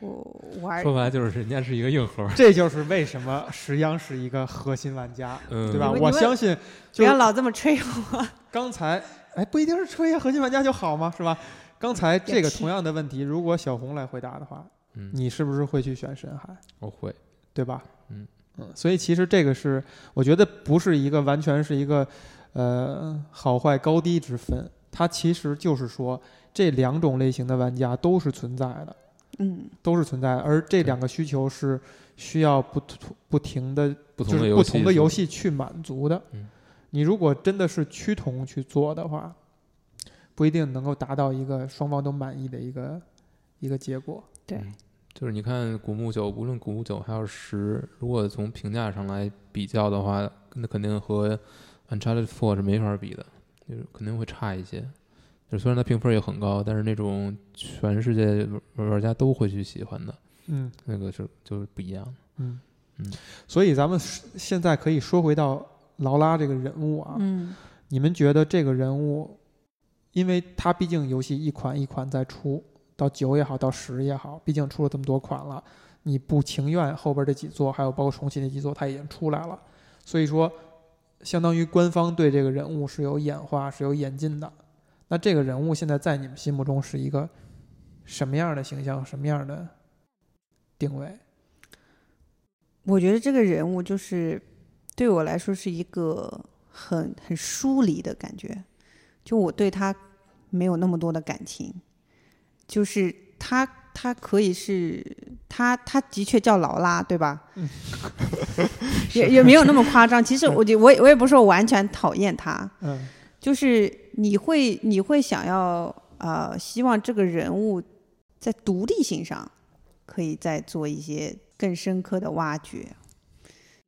[SPEAKER 2] 我玩
[SPEAKER 3] 说白了就是人家是一个硬核。
[SPEAKER 1] 这就是为什么石央是一个核心玩家，
[SPEAKER 3] 嗯
[SPEAKER 1] 对吧？
[SPEAKER 2] 你们
[SPEAKER 1] 我
[SPEAKER 2] 你们
[SPEAKER 1] 相信，
[SPEAKER 2] 不
[SPEAKER 1] 就
[SPEAKER 2] 要
[SPEAKER 1] 是
[SPEAKER 2] 老这么
[SPEAKER 1] [LAUGHS]
[SPEAKER 2] 吹我，
[SPEAKER 1] 刚才，哎，不一定是吹核心玩家就好吗？是吧？刚才这个
[SPEAKER 2] 也是
[SPEAKER 1] 同样的问题，如果小红来回答的话，
[SPEAKER 3] 嗯，
[SPEAKER 1] 你是不是会去选深海？
[SPEAKER 3] 我会。
[SPEAKER 1] 对吧？
[SPEAKER 3] 嗯
[SPEAKER 1] 所以其实这个是，我觉得不是一个完全是一个，呃，好坏高低之分，它其实就是说这两种类型的玩家都是存在的，
[SPEAKER 2] 嗯，
[SPEAKER 1] 都是存在的，而这两个需求是需要不突不停的，
[SPEAKER 3] 不
[SPEAKER 1] 就
[SPEAKER 3] 同的
[SPEAKER 1] 是
[SPEAKER 3] 游戏，
[SPEAKER 1] 不同的游，戏去满足的。
[SPEAKER 3] 嗯
[SPEAKER 1] 你如果真的是趋同去做的话，不一定能够达到一个双方都满意的一个一个结果。
[SPEAKER 2] 对
[SPEAKER 3] 嗯就是你看古墓九，无论古墓九还有十，如果从评价上来比较的话，那肯定和 Uncharted Four 是没法比的，就是肯定会差一些。就虽然它评分也很高，但是那种全世界玩玩家都会去喜欢的
[SPEAKER 1] 嗯，
[SPEAKER 3] 那个是就是不一样的。
[SPEAKER 1] 嗯
[SPEAKER 3] 嗯，
[SPEAKER 1] 所以咱们是现在可以说回到劳拉这个人物啊，
[SPEAKER 2] 嗯
[SPEAKER 1] 你们觉得这个人物因为它毕竟游戏一款一款在出，到九也好，到十也好，毕竟出了这么多款了，你不情愿后边这几座，还有包括重启那几座，它已经出来了，所以说，相当于官方对这个人物是有演化、是有演进的。那这个人物现在在你们心目中是一个什么样的形象，什么样的定位？
[SPEAKER 2] 我觉得这个人物就是对我来说是一个很很疏离的感觉，就我对他没有那么多的感情，就是他他可以是他他的确叫劳拉对吧？ [LAUGHS] 也也没有那么夸张。其实我就我也我也不是说完全讨厌他，
[SPEAKER 1] 嗯
[SPEAKER 2] 就是你会你会想要呃，希望这个人物在独立性上可以再做一些更深刻的挖掘。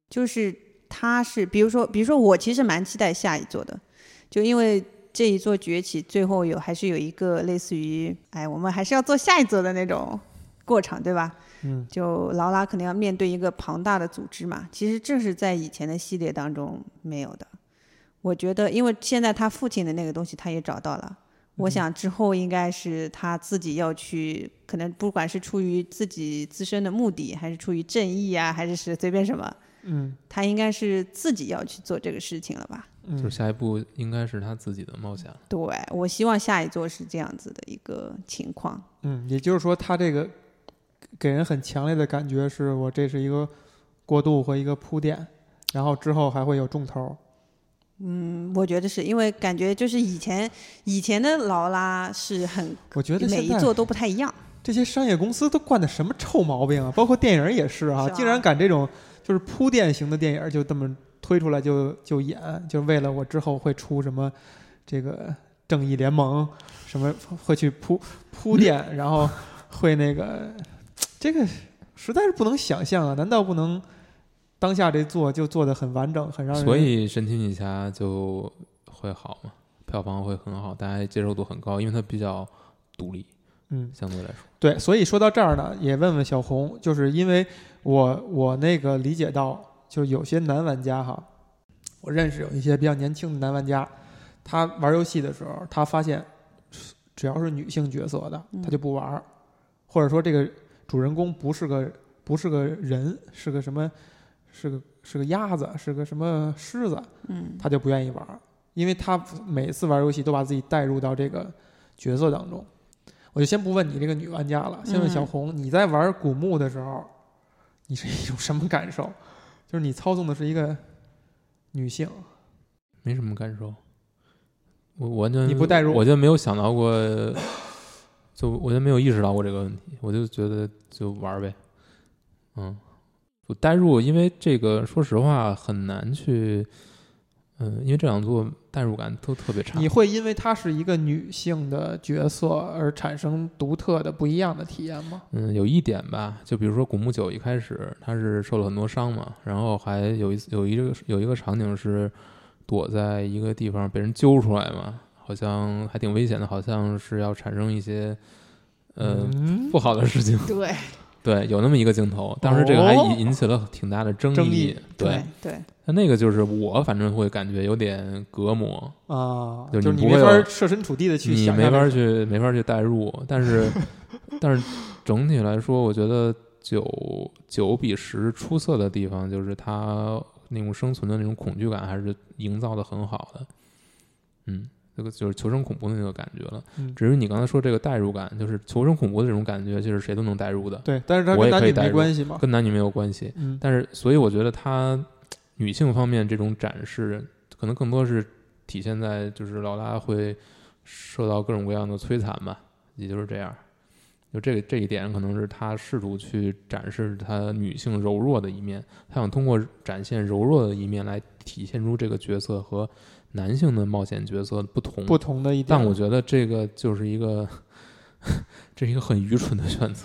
[SPEAKER 2] 就是他是，比如说，比如说我其实蛮期待下一座的，就因为这一座崛起最后有还是有一个类似于，哎，我们还是要做下一座的那种过程，对吧？
[SPEAKER 1] 嗯，
[SPEAKER 2] 就劳拉肯定要面对一个庞大的组织嘛。其实这是在以前的系列当中没有的。我觉得，因为现在他父亲的那个东西他也找到了，
[SPEAKER 1] 嗯
[SPEAKER 2] 我想之后应该是他自己要去，可能不管是出于自己自身的目的，还是出于正义啊，还是是随便什么，
[SPEAKER 1] 嗯
[SPEAKER 2] 他应该是自己要去做这个事情了吧？
[SPEAKER 1] 嗯
[SPEAKER 3] 就是下一步应该是他自己的冒险了。
[SPEAKER 2] 对我希望下一座是这样子的一个情况。
[SPEAKER 1] 嗯，也就是说，它这个给人很强烈的感觉是我这是一个过渡和一个铺垫，然后之后还会有重头。
[SPEAKER 2] 嗯，我觉得是因为感觉就是以前以前的劳拉是很
[SPEAKER 1] 我觉得
[SPEAKER 2] 每
[SPEAKER 1] 现
[SPEAKER 2] 一
[SPEAKER 1] 在
[SPEAKER 2] 座都不太一样。
[SPEAKER 1] 这些商业公司都惯的什么臭毛病啊？包括电影也是啊，
[SPEAKER 2] 是吧
[SPEAKER 1] 竟然敢这种就是铺垫型的电影就这么推出来就就演，就是为了我之后会出什么这个正义联盟什么会去铺铺垫，然后会那个这个实在是不能想象啊！难道不能当下这做就做的很完整，很让人
[SPEAKER 3] 所以神奇女侠就会好嘛，票房会很好，大家接受度很高，因为它比较独立，
[SPEAKER 1] 嗯
[SPEAKER 3] 相对来说，
[SPEAKER 1] 对，所以说到这儿呢，也问问小红，就是因为我我那个理解到，就是有些男玩家哈，我认识有一些比较年轻的男玩家，他玩游戏的时候，他发现只要是女性角色的，他就不玩儿，或者说这个主人公不是个不是个人，是个什么，是个是个鸭子，是个什么狮子，
[SPEAKER 2] 嗯
[SPEAKER 1] 他就不愿意玩儿，因为他每次玩游戏都把自己带入到这个角色当中。我就先不问你这个女玩家了，先问小
[SPEAKER 2] 嗯
[SPEAKER 1] 红，你在玩古墓的时候，你是一种什么感受？ [LAUGHS] 就是你操纵的是一个女性，
[SPEAKER 3] 没什么感受。我我完全
[SPEAKER 1] 你不带入
[SPEAKER 3] 我就没有想到过，就我就没有意识到过这个问题，我就觉得就玩儿呗，嗯，我代入，因为这个说实话很难去，嗯、因为这两座代入感都特别差
[SPEAKER 1] 你。会因为她是一个女性的角色而产生独特的、不一样的体验吗？
[SPEAKER 3] 嗯，有一点吧，就比如说古墓九一开始他是受了很多伤嘛，然后还有一次有一个有一个场景是躲在一个地方被人揪出来嘛，好像还挺危险的，好像是要产生一些呃、
[SPEAKER 1] 嗯
[SPEAKER 3] 不好的事情。
[SPEAKER 2] 对
[SPEAKER 3] 对，有那么一个镜头，当时这个还
[SPEAKER 1] 哦
[SPEAKER 3] 引引起了挺大的争议。
[SPEAKER 1] 争议
[SPEAKER 3] 对，
[SPEAKER 2] 对，
[SPEAKER 3] 那那个就是我反正会感觉有点隔膜，
[SPEAKER 1] 啊，
[SPEAKER 3] 就是
[SPEAKER 1] 是
[SPEAKER 3] 你
[SPEAKER 1] 你
[SPEAKER 3] 不
[SPEAKER 1] 没
[SPEAKER 3] 会有
[SPEAKER 1] 法设身处地的去
[SPEAKER 3] 你
[SPEAKER 1] 想，
[SPEAKER 3] 没法，去没法去代入，
[SPEAKER 1] [LAUGHS]
[SPEAKER 3] 但是但是整体来说，我觉得九九比十出色的地方就是它那种生存的那种恐惧感还是营造的很好的，嗯，这个就是求生恐怖的那个感觉了。
[SPEAKER 1] 嗯
[SPEAKER 3] 至于你刚才说这个代入感，就是求生恐怖的这种感觉，就是谁都能代入的，
[SPEAKER 1] 对，但是它
[SPEAKER 3] 我
[SPEAKER 1] 跟
[SPEAKER 3] 也
[SPEAKER 1] 男
[SPEAKER 3] 可以
[SPEAKER 1] 女
[SPEAKER 3] 代
[SPEAKER 1] 没
[SPEAKER 3] 入
[SPEAKER 1] 关系嘛，
[SPEAKER 3] 跟男女没有关系。
[SPEAKER 1] 嗯，
[SPEAKER 3] 但是，所以我觉得她女性方面这种展示，可能更多是体现在就是劳拉会受到各种各样的摧残吧，也就是这样。就这个这一点，可能是她试图去展示她女性柔弱的一面，她想通过展现柔弱的一面来体现出这个角色和男性的冒险角色不同。
[SPEAKER 1] 不同的一点，
[SPEAKER 3] 但我觉得这个就是一个， [LAUGHS] 这是一个很愚蠢的选择。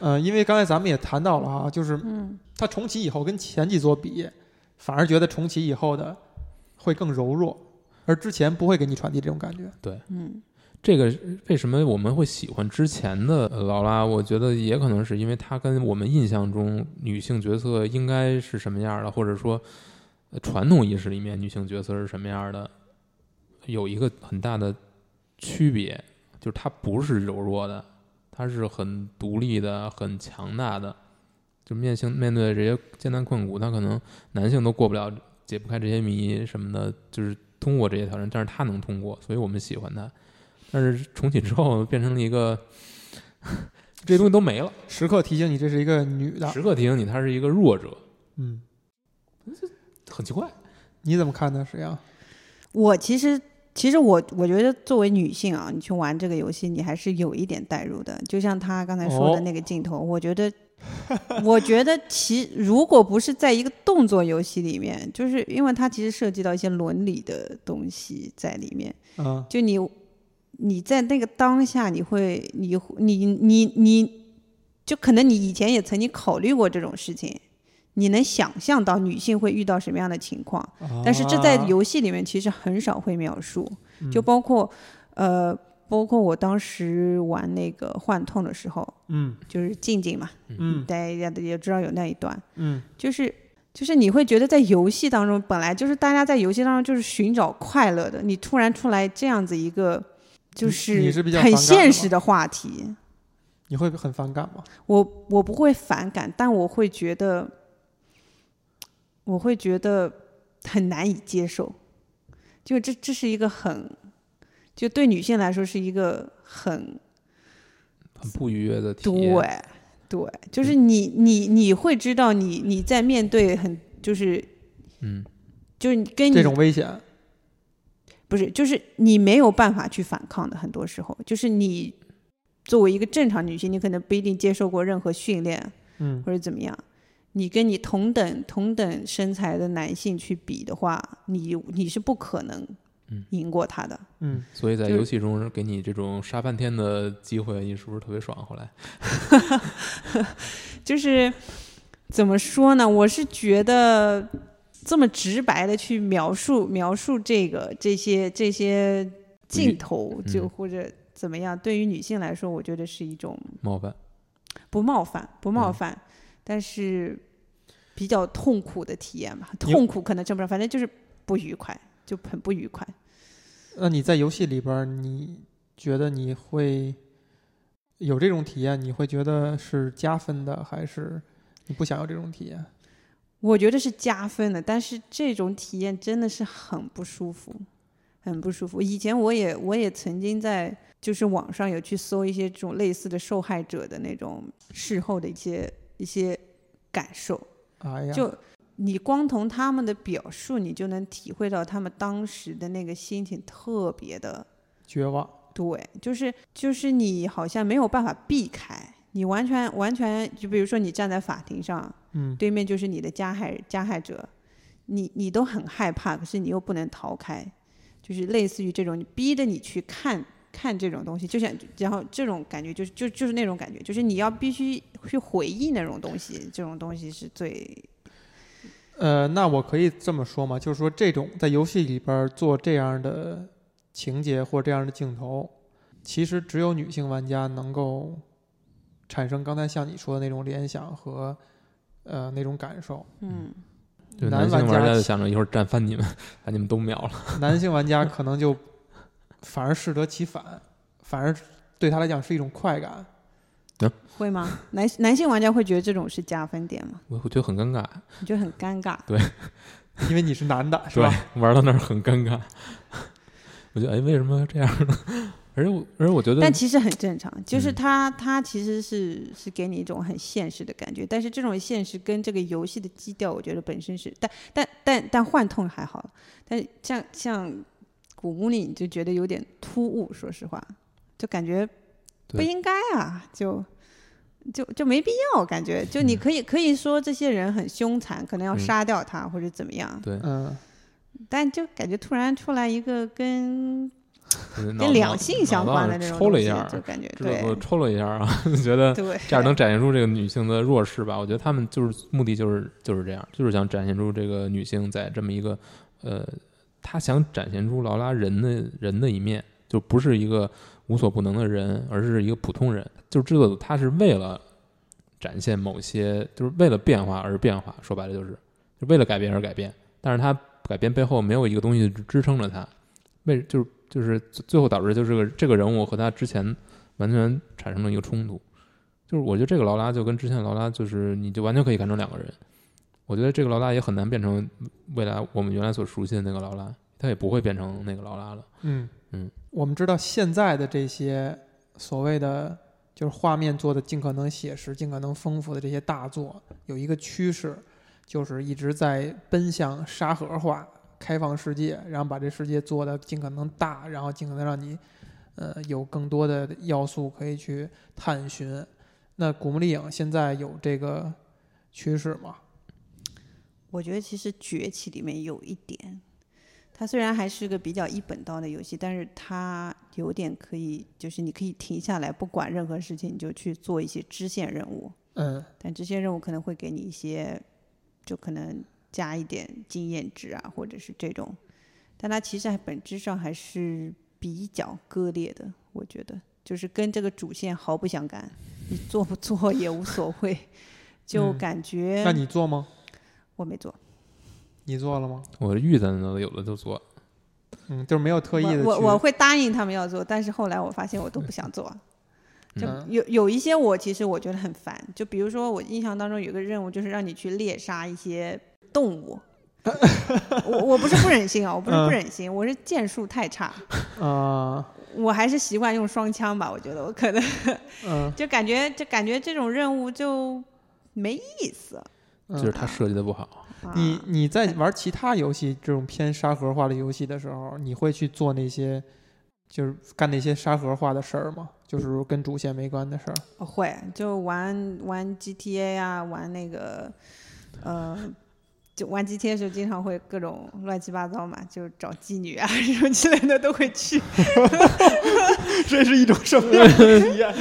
[SPEAKER 1] 嗯，因为刚才咱们也谈到了啊，就是
[SPEAKER 2] 嗯
[SPEAKER 1] 它重启以后跟前几座比，反而觉得重启以后的会更柔弱，而之前不会给你传递这种感觉。
[SPEAKER 2] 嗯
[SPEAKER 3] 这个为什么我们会喜欢之前的呃劳拉？我觉得也可能是因为她跟我们印象中女性角色应该是什么样的，或者说呃传统意识里面女性角色是什么样的，有一个很大的区别，就是它不是柔弱的，它是很独立的、很强大的。就面性面对这些艰难困苦，他可能男性都过不了、解不开这些谜什么的，就是通过这些挑战，但是他能通过，所以我们喜欢他。但是重启之后变成了一个，这些东西都没了。
[SPEAKER 1] 时刻提醒你这是一个女的，
[SPEAKER 3] 时刻提醒你，他是一个弱者，
[SPEAKER 1] 嗯，
[SPEAKER 3] 很奇怪。
[SPEAKER 1] 你怎么看呢？石阳，
[SPEAKER 2] 我其实，其实我我觉得作为女性啊，你去玩这个游戏，你还是有一点代入的。就像他刚才说
[SPEAKER 1] 哦
[SPEAKER 2] 的那个镜头，我觉得， [LAUGHS] 我觉得其如果不是在一个动作游戏里面，就是因为它其实涉及到一些伦理的东西在里面。
[SPEAKER 1] 嗯，
[SPEAKER 2] 就你，你在那个当下你，会，你会你你你，就可能你以前也曾经考虑过这种事情，你能想象到女性会遇到什么样的情况，但是这在
[SPEAKER 1] 啊
[SPEAKER 2] 游戏里面其实很少会描述，
[SPEAKER 1] 嗯
[SPEAKER 2] 就包括呃，包括我当时玩那个幻痛的时候，
[SPEAKER 1] 嗯
[SPEAKER 2] 就是静静嘛，
[SPEAKER 1] 嗯
[SPEAKER 2] 大家也知道有那一段，
[SPEAKER 1] 嗯
[SPEAKER 2] 就是就是你会觉得在游戏当中，本来就是大家在游戏当中就是寻找快乐的，你突然出来这样子一个就
[SPEAKER 1] 你
[SPEAKER 2] 是
[SPEAKER 1] 是比较反
[SPEAKER 2] 很
[SPEAKER 1] 感的
[SPEAKER 2] 现
[SPEAKER 1] 吗
[SPEAKER 2] 实的话题，
[SPEAKER 1] 你会很反感吗？
[SPEAKER 2] 我我不会反感，但我会觉得我会觉得很难以接受，就这这是一个很就对女性来说是一个很
[SPEAKER 3] 很不愉悦的体验。嗯
[SPEAKER 2] 对，对，就是你你你会知道你你在面对很就是
[SPEAKER 3] 嗯，
[SPEAKER 2] 就是你跟你
[SPEAKER 1] 这种危险，
[SPEAKER 2] 不是，就是你没有办法去反抗的。很多时候，就是你作为一个正常女性，你可能不一定接受过任何训练
[SPEAKER 1] 嗯
[SPEAKER 2] 或者怎么样。你跟你同等同等身材的男性去比的话，你你是不可能
[SPEAKER 3] 嗯
[SPEAKER 2] 赢过他的。
[SPEAKER 1] 嗯，
[SPEAKER 3] 所以在
[SPEAKER 2] 就是
[SPEAKER 3] 游戏中给你这种杀半天的机会，你是不是特别爽？后来，
[SPEAKER 2] 就是怎么说呢？我是觉得这么直白的去描述描述这个这些这些镜头，
[SPEAKER 3] 嗯
[SPEAKER 2] 就或者怎么样，对于女性来说，我觉得是一种。
[SPEAKER 3] 冒犯，
[SPEAKER 2] 不冒犯，不冒
[SPEAKER 3] 嗯
[SPEAKER 2] 犯，但是比较痛苦的体验吧。
[SPEAKER 1] 你
[SPEAKER 2] 痛苦可能称不上，反正就是不愉快，就很不愉快。
[SPEAKER 1] 那你在游戏里边儿，你觉得你会有这种体验，你会觉得是加分的，还是你不想要这种体验？
[SPEAKER 2] 我觉得是加分的，但是这种体验真的是很不舒服，很不舒服。以前我也我也曾经在就是网上有去搜一些这种类似的受害者的那种事后的一些一些感受，
[SPEAKER 1] 哎呀，
[SPEAKER 2] 就你光从他们的表述，你就能体会到他们当时的那个心情特别的
[SPEAKER 1] 绝望。
[SPEAKER 2] 对，就是就是你好像没有办法避开，你完全完全就比如说你站在法庭上，
[SPEAKER 1] 嗯
[SPEAKER 2] 对面就是你的加害加害者，你你都很害怕，可是你又不能逃开，就是类似于这种，你逼着你去看看这种东西，就像然后这种感觉就是就就是那种感觉，就是你要必须去回忆那种东西，这种东西是最
[SPEAKER 1] 呃，那我可以这么说吗？就是说，这种在游戏里边儿做这样的情节或这样的镜头，其实只有女性玩家能够产生刚才像你说的那种联想和呃那种感受。
[SPEAKER 2] 嗯
[SPEAKER 3] 对
[SPEAKER 1] 男
[SPEAKER 3] 男性
[SPEAKER 1] 玩
[SPEAKER 3] 玩
[SPEAKER 1] 家
[SPEAKER 3] 家就
[SPEAKER 1] 其
[SPEAKER 3] 想着一会儿战翻你们，把你们都秒了。
[SPEAKER 1] 男性玩家可能就反而适得其反，反而对他来讲是一种快感。
[SPEAKER 2] 会吗？男男性玩家会觉得这种是加分点吗？
[SPEAKER 3] 我我觉得很尴尬，
[SPEAKER 2] 你就很尴尬。
[SPEAKER 1] 因为你是男的，是
[SPEAKER 3] 对
[SPEAKER 1] 吧？，
[SPEAKER 3] 玩到那儿很尴尬。我觉得哎，为什么这样呢？ [LAUGHS] 而且我而且我觉得
[SPEAKER 2] 但其实很正常，就是
[SPEAKER 3] 嗯
[SPEAKER 2] 它它其实是是给你一种很现实的感觉，但是这种现实跟这个游戏的基调，我觉得本身是，但但但但幻痛还好，但是像像古墓丽，你就觉得有点突兀，说实话，就感觉不
[SPEAKER 3] 对
[SPEAKER 2] 应该啊，就。就就没必要，感觉就你可以可以说这些人很凶残，可能要
[SPEAKER 3] 嗯
[SPEAKER 2] 杀掉他或者怎么样，
[SPEAKER 3] 对，
[SPEAKER 1] 嗯，
[SPEAKER 2] 但就感觉突然出来一个跟
[SPEAKER 3] 就是脑
[SPEAKER 2] 跟两性相关的
[SPEAKER 3] 脑
[SPEAKER 2] 那
[SPEAKER 3] 子
[SPEAKER 2] 种
[SPEAKER 3] 抽了
[SPEAKER 2] 东
[SPEAKER 3] 一
[SPEAKER 2] 西
[SPEAKER 3] 下，，
[SPEAKER 2] 就感觉
[SPEAKER 3] 知道我
[SPEAKER 2] 对
[SPEAKER 3] 抽了一下啊， [LAUGHS] 觉得
[SPEAKER 2] 对，
[SPEAKER 3] 这样能展现出这个女性的弱势吧？我觉得他们就是目的就是就是这样，就是想展现出这个女性在这么一个呃，她想展现出劳拉人的人的一面，就不是一个无所不能的人，而是一个普通人。就是制作组他是为了展现某些，就是为了变化而变化，说白了就是就为了改变而改变，但是他改变背后没有一个东西支撑着他，为就是就是最最后导致就是个这个人物和他之前完全产生了一个冲突。就是我觉得这个劳拉就跟之前的劳拉，就是你就完全可以看成两个人。我觉得这个劳拉也很难变成未来我们原来所熟悉的那个劳拉，他也不会变成那个劳拉了。
[SPEAKER 1] 嗯
[SPEAKER 3] 嗯，
[SPEAKER 1] 我们知道现在的这些所谓的就是画面做的尽可能写实、尽可能丰富的这些大作，有一个趋势，就是一直在奔向沙盒化、开放世界，然后把这世界做的尽可能大，然后尽可能让你呃有更多的要素可以去探寻。那《古墓丽影》现在有这个趋势吗？
[SPEAKER 2] 我觉得其实崛起里面有一点，它虽然还是个比较一本道的游戏，但是它有点可以，就是你可以停下来，不管任何事情，你就去做一些支线任务。
[SPEAKER 1] 嗯
[SPEAKER 2] 但支线任务可能会给你一些，就可能加一点经验值啊，或者是这种，但它其实还本质上还是比较割裂的，我觉得就是跟这个主线毫不相干，你做不做也无所谓， [LAUGHS] 就
[SPEAKER 1] 嗯
[SPEAKER 2] 感觉、
[SPEAKER 1] 那你做吗？
[SPEAKER 2] 我没做，
[SPEAKER 1] 你做了吗？
[SPEAKER 3] 我遇到的有的就做，
[SPEAKER 1] 嗯，就是没有特意的去。
[SPEAKER 2] 我我我会答应他们要做，但是后来我发现我都不想做。就
[SPEAKER 1] [LAUGHS] 嗯
[SPEAKER 2] 有有一些我其实我觉得很烦，就比如说我印象当中有一个任务就是让你去猎杀一些
[SPEAKER 1] [LAUGHS]
[SPEAKER 2] 动物，我我不是不忍心啊，我不是不
[SPEAKER 1] 嗯
[SPEAKER 2] 忍心，我是剑术太差，
[SPEAKER 1] 啊
[SPEAKER 2] 我还是习惯用双枪吧，我觉得我可能
[SPEAKER 1] 嗯
[SPEAKER 2] 就感觉就感觉这种任务就没意思。
[SPEAKER 1] 嗯，
[SPEAKER 3] 就是他设计的不好。
[SPEAKER 2] 啊、
[SPEAKER 1] 你你在玩其他游戏这种偏沙盒化的游戏的时候，你会去做那些就是干那些沙盒化的事儿吗？就是跟主线没关的事儿。
[SPEAKER 2] 哦会就玩玩 GTA 啊，玩那个呃，就玩 GTA 的时候经常会各种乱七八糟嘛，就找妓女啊什么之类的都会去。
[SPEAKER 1] 这是一种什么样的体验？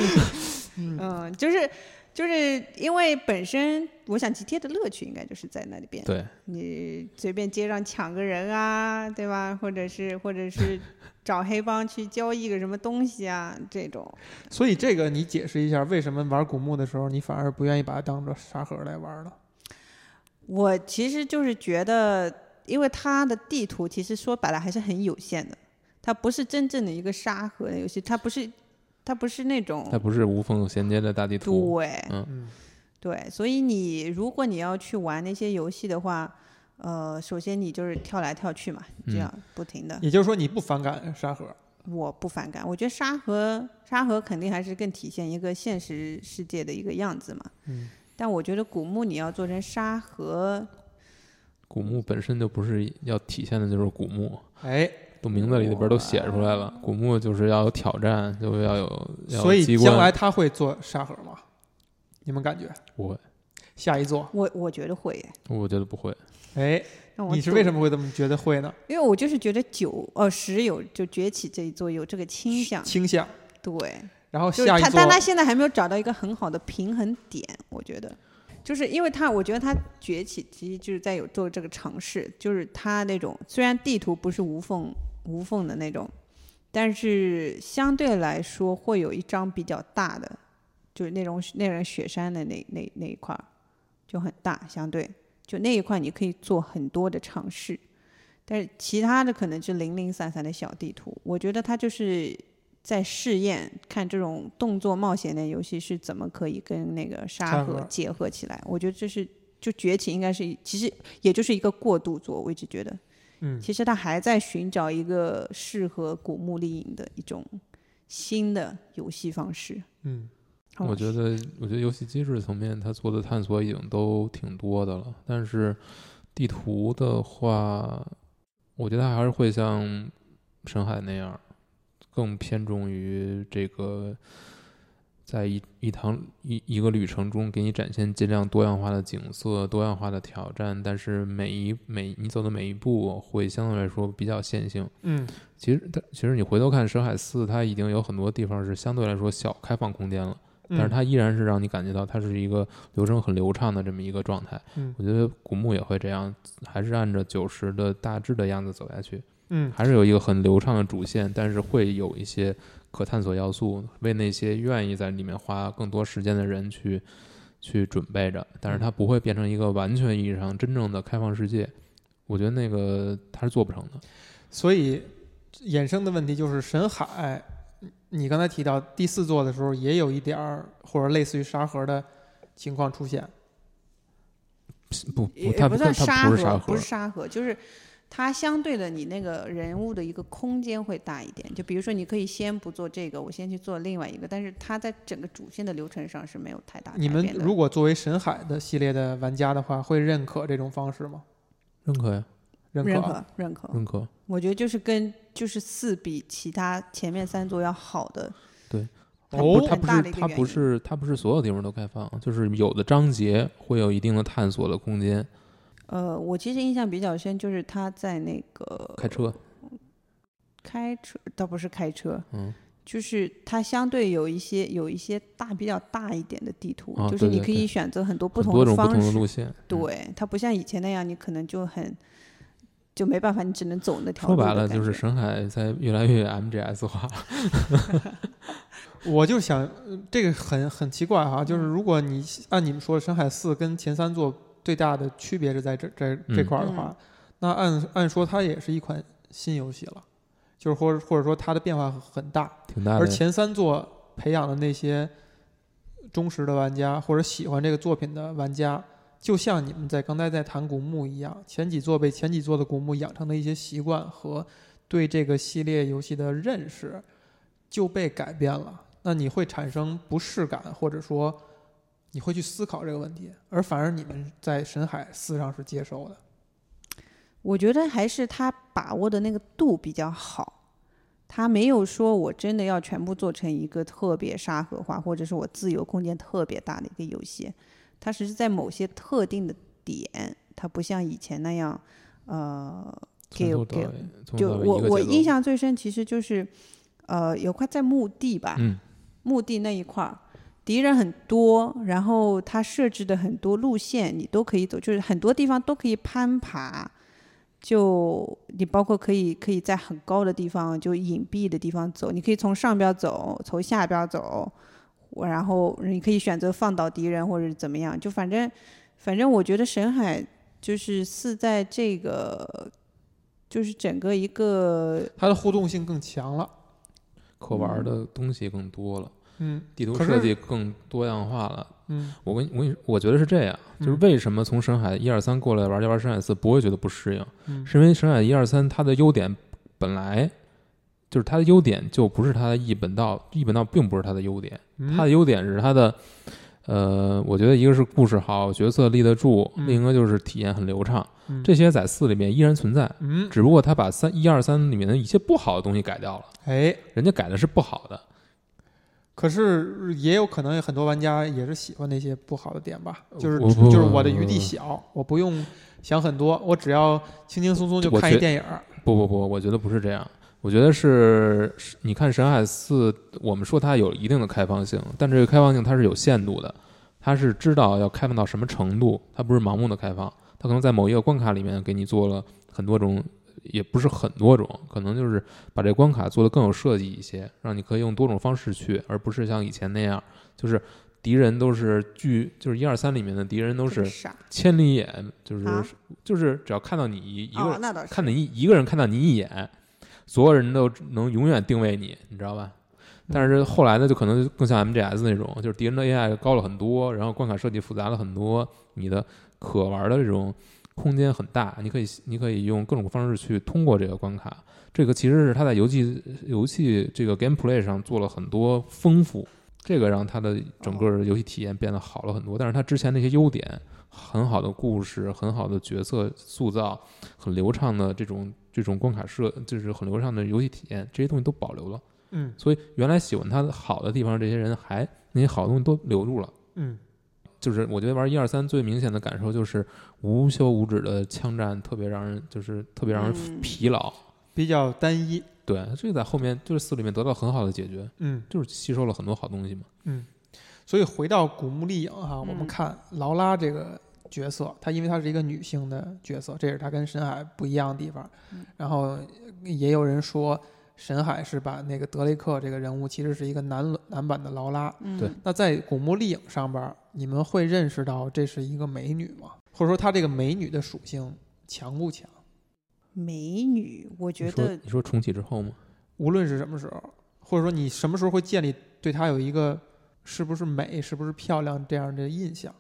[SPEAKER 2] 嗯，就是就是因为本身我想 GTA 的乐趣应该就是在那里
[SPEAKER 1] 嗯
[SPEAKER 2] 边，
[SPEAKER 3] 对，
[SPEAKER 2] 你随便街上抢个人啊，对吧？或者是或者是找黑帮去交易个什么东西啊这种。
[SPEAKER 1] [LAUGHS] 所以这个你解释一下，为什么玩古墓的时候你反而不愿意把它当做沙盒来玩了？
[SPEAKER 2] 我其实就是觉得，因为它的地图其实说白了还是很有限的，它不是真正的一个沙盒的游戏，它不是，它不是那种
[SPEAKER 3] 它不是无缝衔接的大地图。
[SPEAKER 2] 对
[SPEAKER 1] 嗯
[SPEAKER 2] 对，所以你如果你要去玩那些游戏的话，呃，首先你就是跳来跳去嘛，这
[SPEAKER 3] 嗯
[SPEAKER 2] 样不停的，
[SPEAKER 1] 也就是说你不反感沙盒？
[SPEAKER 2] 我不反感，我觉得沙盒沙盒肯定还是更体现一个现实世界的一个样子嘛，
[SPEAKER 1] 嗯
[SPEAKER 2] 但我觉得古墓你要做成沙盒，
[SPEAKER 3] 古墓本身就不是要体现的就是古墓，
[SPEAKER 1] 哎，
[SPEAKER 3] 都名字里边都写出来了，古墓就是要有挑战，就要有要有
[SPEAKER 1] 哦所以
[SPEAKER 3] 机
[SPEAKER 1] 将来
[SPEAKER 3] 关。
[SPEAKER 1] 他会做沙盒吗？你们感觉
[SPEAKER 3] 不会，
[SPEAKER 1] 下一座？
[SPEAKER 2] 我我觉得会耶，
[SPEAKER 3] 我觉得不会。
[SPEAKER 1] 哎，
[SPEAKER 2] 让我
[SPEAKER 1] 你是为
[SPEAKER 2] 么？
[SPEAKER 1] 什么会这么觉得会呢？
[SPEAKER 2] 因为我就是觉得九呃十有就崛起这一座有这个倾向，
[SPEAKER 1] 倾向。
[SPEAKER 2] 对，
[SPEAKER 1] 然后
[SPEAKER 2] 就
[SPEAKER 1] 下
[SPEAKER 2] 是
[SPEAKER 1] 一
[SPEAKER 2] 他，
[SPEAKER 1] 座，
[SPEAKER 2] 但他现在还没有找到一个很好的平衡点，我觉得，就是因为他，我觉得他崛起其实就是在有做这个尝试，就是他那种虽然地图不是无缝无缝的那种，但是相对来说会有一张比较大的，就是那种那种雪山的那那那一块儿就很大，相对就那一块你可以做很多的尝试。但是其他的可能就零零散散的小地图，我觉得它就是在试验看这种动作冒险类游戏是怎么可以跟那个沙
[SPEAKER 1] 沙
[SPEAKER 2] 盒
[SPEAKER 1] 盒
[SPEAKER 2] 结合起来。我觉得这是就崛起应该是其实也就是一个过渡作，我一直觉得，
[SPEAKER 1] 嗯
[SPEAKER 2] 其实他还在寻找一个适合古墓丽影的一种新的游戏方式。
[SPEAKER 1] 嗯，
[SPEAKER 2] 嗯
[SPEAKER 3] 我觉得，我觉得游戏机制层面它做的探索已经都挺多的了，但是地图的话，我觉得它还是会像深海那样，更偏重于这个在一一堂一一个旅程中给你展现尽量多样化的景色、多样化的挑战，但是每一每你走的每一步会相对来说比较线性。
[SPEAKER 1] 嗯，
[SPEAKER 3] 其实它其实你回头看《深海四》，它已经有很多地方是相对来说小开放空间了。但
[SPEAKER 1] 嗯
[SPEAKER 3] 是它依然是让你感觉到它是一个流程很流畅的这么一个状态。
[SPEAKER 1] 嗯，
[SPEAKER 3] 我觉得古墓也会这样，还是按照九十的大致的样子走下去，
[SPEAKER 1] 嗯
[SPEAKER 3] 还是有一个很流畅的主线，但是会有一些可探索要素，为那些愿意在里面花更多时间的人去去准备着。但是它不会变成一个完全意义上真正的开放世界，我觉得那个它是做不成的。
[SPEAKER 1] 所以衍生的问题就是神海，你刚才提到第四座的时候，也有一点儿或者类似于沙盒的情况出现。
[SPEAKER 2] 啊
[SPEAKER 3] 不
[SPEAKER 2] 也
[SPEAKER 3] 不，它
[SPEAKER 2] 不
[SPEAKER 3] 它
[SPEAKER 2] 算
[SPEAKER 3] 它不
[SPEAKER 2] 盒，
[SPEAKER 3] 是沙
[SPEAKER 2] 不是沙盒，就是它相对的你那个人物的一个空间会大一点。就比如说，你可以先不做这个，我先去做另外一个，但是它在整个主线的流程上是没有太大改
[SPEAKER 1] 你们
[SPEAKER 2] 变的。
[SPEAKER 1] 如果作为神海的系列的玩家的话，会认可这种方式吗？
[SPEAKER 3] 认可嗯呀，
[SPEAKER 1] 认可
[SPEAKER 2] 认
[SPEAKER 1] 啊
[SPEAKER 2] 可认可，
[SPEAKER 3] 认可。
[SPEAKER 2] 我觉得就是跟就是四比其他前面三座要好的，
[SPEAKER 3] 它
[SPEAKER 1] 哦
[SPEAKER 3] 不是它
[SPEAKER 2] 很
[SPEAKER 3] 不
[SPEAKER 2] 大
[SPEAKER 3] 是
[SPEAKER 2] 的一个
[SPEAKER 3] 它
[SPEAKER 2] 原
[SPEAKER 3] 不
[SPEAKER 2] 因
[SPEAKER 3] 是它不是所有地方都开放，啊就是有的章节会有一定的探索的空间。
[SPEAKER 2] 呃，我其实印象比较深，就是他在那个
[SPEAKER 3] 开车，
[SPEAKER 2] 开车倒不是开车，
[SPEAKER 3] 嗯，
[SPEAKER 2] 就是它相对有一些有一些大比较大一点的地图，
[SPEAKER 3] 啊
[SPEAKER 2] 就是
[SPEAKER 3] 对
[SPEAKER 2] 你
[SPEAKER 3] 对
[SPEAKER 2] 可以
[SPEAKER 3] 对
[SPEAKER 2] 选择很多不
[SPEAKER 3] 很
[SPEAKER 2] 同
[SPEAKER 3] 多种不
[SPEAKER 2] 方
[SPEAKER 3] 同的
[SPEAKER 2] 式，
[SPEAKER 3] 路线。嗯
[SPEAKER 2] 对它不像以前那样，你可能就很就没办法，你只能走那条
[SPEAKER 3] 说
[SPEAKER 2] 路。
[SPEAKER 3] 白了就是，沈海在越来越 MGS 化。
[SPEAKER 1] 我就想，呃这个很很奇怪
[SPEAKER 2] 嗯
[SPEAKER 1] 哈，就是如果你按你们说，《深海四》跟前三座最大的区别是在这这
[SPEAKER 3] 嗯
[SPEAKER 1] 这块儿的话，那按按说它也是一款新游戏了，就是或者或者说它的变化很大，
[SPEAKER 3] 挺大的，
[SPEAKER 1] 而前三座培养的那些忠实的玩家或者喜欢这个作品的玩家，就像你们在刚才在谈古墓一样，前几座被前几座的古墓养成的一些习惯和对这个系列游戏的认识就被改变了，那你会产生不适感，或者说你会去思考这个问题，而反而你们在神海四上是接受的。嗯
[SPEAKER 2] 我觉得还是他把握的那个度比较好。他没有说我真的要全部做成一个特别沙盒化，或者是我自由空间特别大的一个游戏，它只是在某些特定的点，它不像以前那样，呃，
[SPEAKER 3] 从
[SPEAKER 2] 给
[SPEAKER 3] 头到
[SPEAKER 2] 给
[SPEAKER 3] 尾，从
[SPEAKER 2] 就
[SPEAKER 3] 头到尾
[SPEAKER 2] 我
[SPEAKER 3] 一个
[SPEAKER 2] 我
[SPEAKER 3] 节奏
[SPEAKER 2] 印，象最深，其实就是，呃，有块在墓地吧，
[SPEAKER 3] 嗯，
[SPEAKER 2] 墓地那一块儿，敌人很多，然后他设置的很多路线你都可以走，就是很多地方都可以攀爬，就你包括可以可以在很高的地方，就隐蔽的地方走，你可以从上边儿走，从下边儿走，我然后你可以选择放倒敌人或者是怎么样，就反正反正我觉得沈海就是是在这个。就是整个一个
[SPEAKER 1] 它的互动性更强了，
[SPEAKER 3] 可玩儿的东西更多了，
[SPEAKER 1] 嗯
[SPEAKER 3] 地图
[SPEAKER 1] 可
[SPEAKER 3] 设
[SPEAKER 1] 是
[SPEAKER 3] 计更多样化了。
[SPEAKER 1] 嗯，
[SPEAKER 3] 我跟你我跟你，我觉得是这样，就是
[SPEAKER 1] 嗯
[SPEAKER 3] 为什么从深海一二三过来玩家玩深海四不会觉得不适应，
[SPEAKER 1] 嗯
[SPEAKER 3] 是因为深海一二三它的优点本来就是它的优点就不是它的一本道，一本道并不是它的优点，
[SPEAKER 1] 嗯
[SPEAKER 3] 它的优点是它的。呃，我觉得一个是故事好，角色立得住，
[SPEAKER 1] 嗯
[SPEAKER 3] 另一个就是体验很流畅，
[SPEAKER 1] 嗯
[SPEAKER 3] 这些在四里面依然存在，
[SPEAKER 1] 嗯
[SPEAKER 3] 只不过他把三一二三里面的一些不好的东西改掉了，
[SPEAKER 1] 哎。
[SPEAKER 3] 人家改的是不好的，
[SPEAKER 1] 可是也有可能有很多玩家也是喜欢那些不好的点吧，就是
[SPEAKER 3] 呃我不
[SPEAKER 1] 就是我的余地小，我不用想很多，我只要轻轻松松就
[SPEAKER 3] 我
[SPEAKER 1] 看
[SPEAKER 3] 觉
[SPEAKER 1] 一
[SPEAKER 3] 得
[SPEAKER 1] 电影儿。
[SPEAKER 3] 不不不，我觉得不是这样。我觉得是，是你看《神海四》，我们说它有一定的开放性，但这个开放性它是有限度的，它是知道要开放到什么程度，它不是盲目的开放，它可能在某一个关卡里面给你做了很多种，也不是很多种，可能就是把这关卡做得更有设计一些，让你可以用多种方式去，而不是像以前那样，就是敌人都是巨，就是一二三里面的敌人都
[SPEAKER 2] 特别
[SPEAKER 3] 是
[SPEAKER 2] 傻
[SPEAKER 3] 千里眼，就是、
[SPEAKER 2] 啊
[SPEAKER 3] 就是只要看到你一一个
[SPEAKER 2] 哦，那倒是
[SPEAKER 3] 看你一一个人看到你一眼，所有人都能永远定位你，你知道吧？但是后来呢，就可能更像 MGS 那种，就是敌人的 AI 高了很多，然后关卡设计复杂了很多，你的可玩的这种空间很大，你可以你可以用各种方式去通过这个关卡。这个其实是它在游戏游戏这个 gameplay 上做了很多丰富，这个让它的整个游戏体验变得好了很多。但是它之前那些优点，很好的故事，很好的角色塑造，很流畅的这种这种关卡设，就是很流畅的游戏体验，这些东西都保留了。
[SPEAKER 1] 嗯
[SPEAKER 3] 所以原来喜欢它的好的地方，这些人还那些好的东西都留住了。
[SPEAKER 1] 嗯
[SPEAKER 3] 就是我觉得玩一二三最明显的感受就是无休无止的枪战，特别让人就是特别让人
[SPEAKER 2] 嗯
[SPEAKER 3] 疲劳。
[SPEAKER 1] 比较单一。
[SPEAKER 3] 对，这个在后面就是四里面得到很好的解决，
[SPEAKER 1] 嗯，
[SPEAKER 3] 就是吸收了很多好东西嘛。
[SPEAKER 1] 所以回到古墓丽影哈，我们
[SPEAKER 2] 嗯
[SPEAKER 1] 看劳拉这个角色，她因为她是一个女性的角色，这也是她跟沈海不一样的地方
[SPEAKER 2] 嗯。
[SPEAKER 1] 然后也有人说，沈海是把那个德雷克这个人物其实是一个男男版的劳拉。
[SPEAKER 2] 嗯
[SPEAKER 3] 对
[SPEAKER 1] 那在古墓丽影上边儿，你们会认识到这是一个美女吗？或者说她这个美女的属性强不强？
[SPEAKER 2] 美女，我
[SPEAKER 3] 你
[SPEAKER 2] 觉
[SPEAKER 3] 说
[SPEAKER 2] 得
[SPEAKER 3] 你说重启之后吗？
[SPEAKER 1] 无论是什么时候，或者说你什么时候会建立对她有一个是不是美、是不是漂亮这样的印象。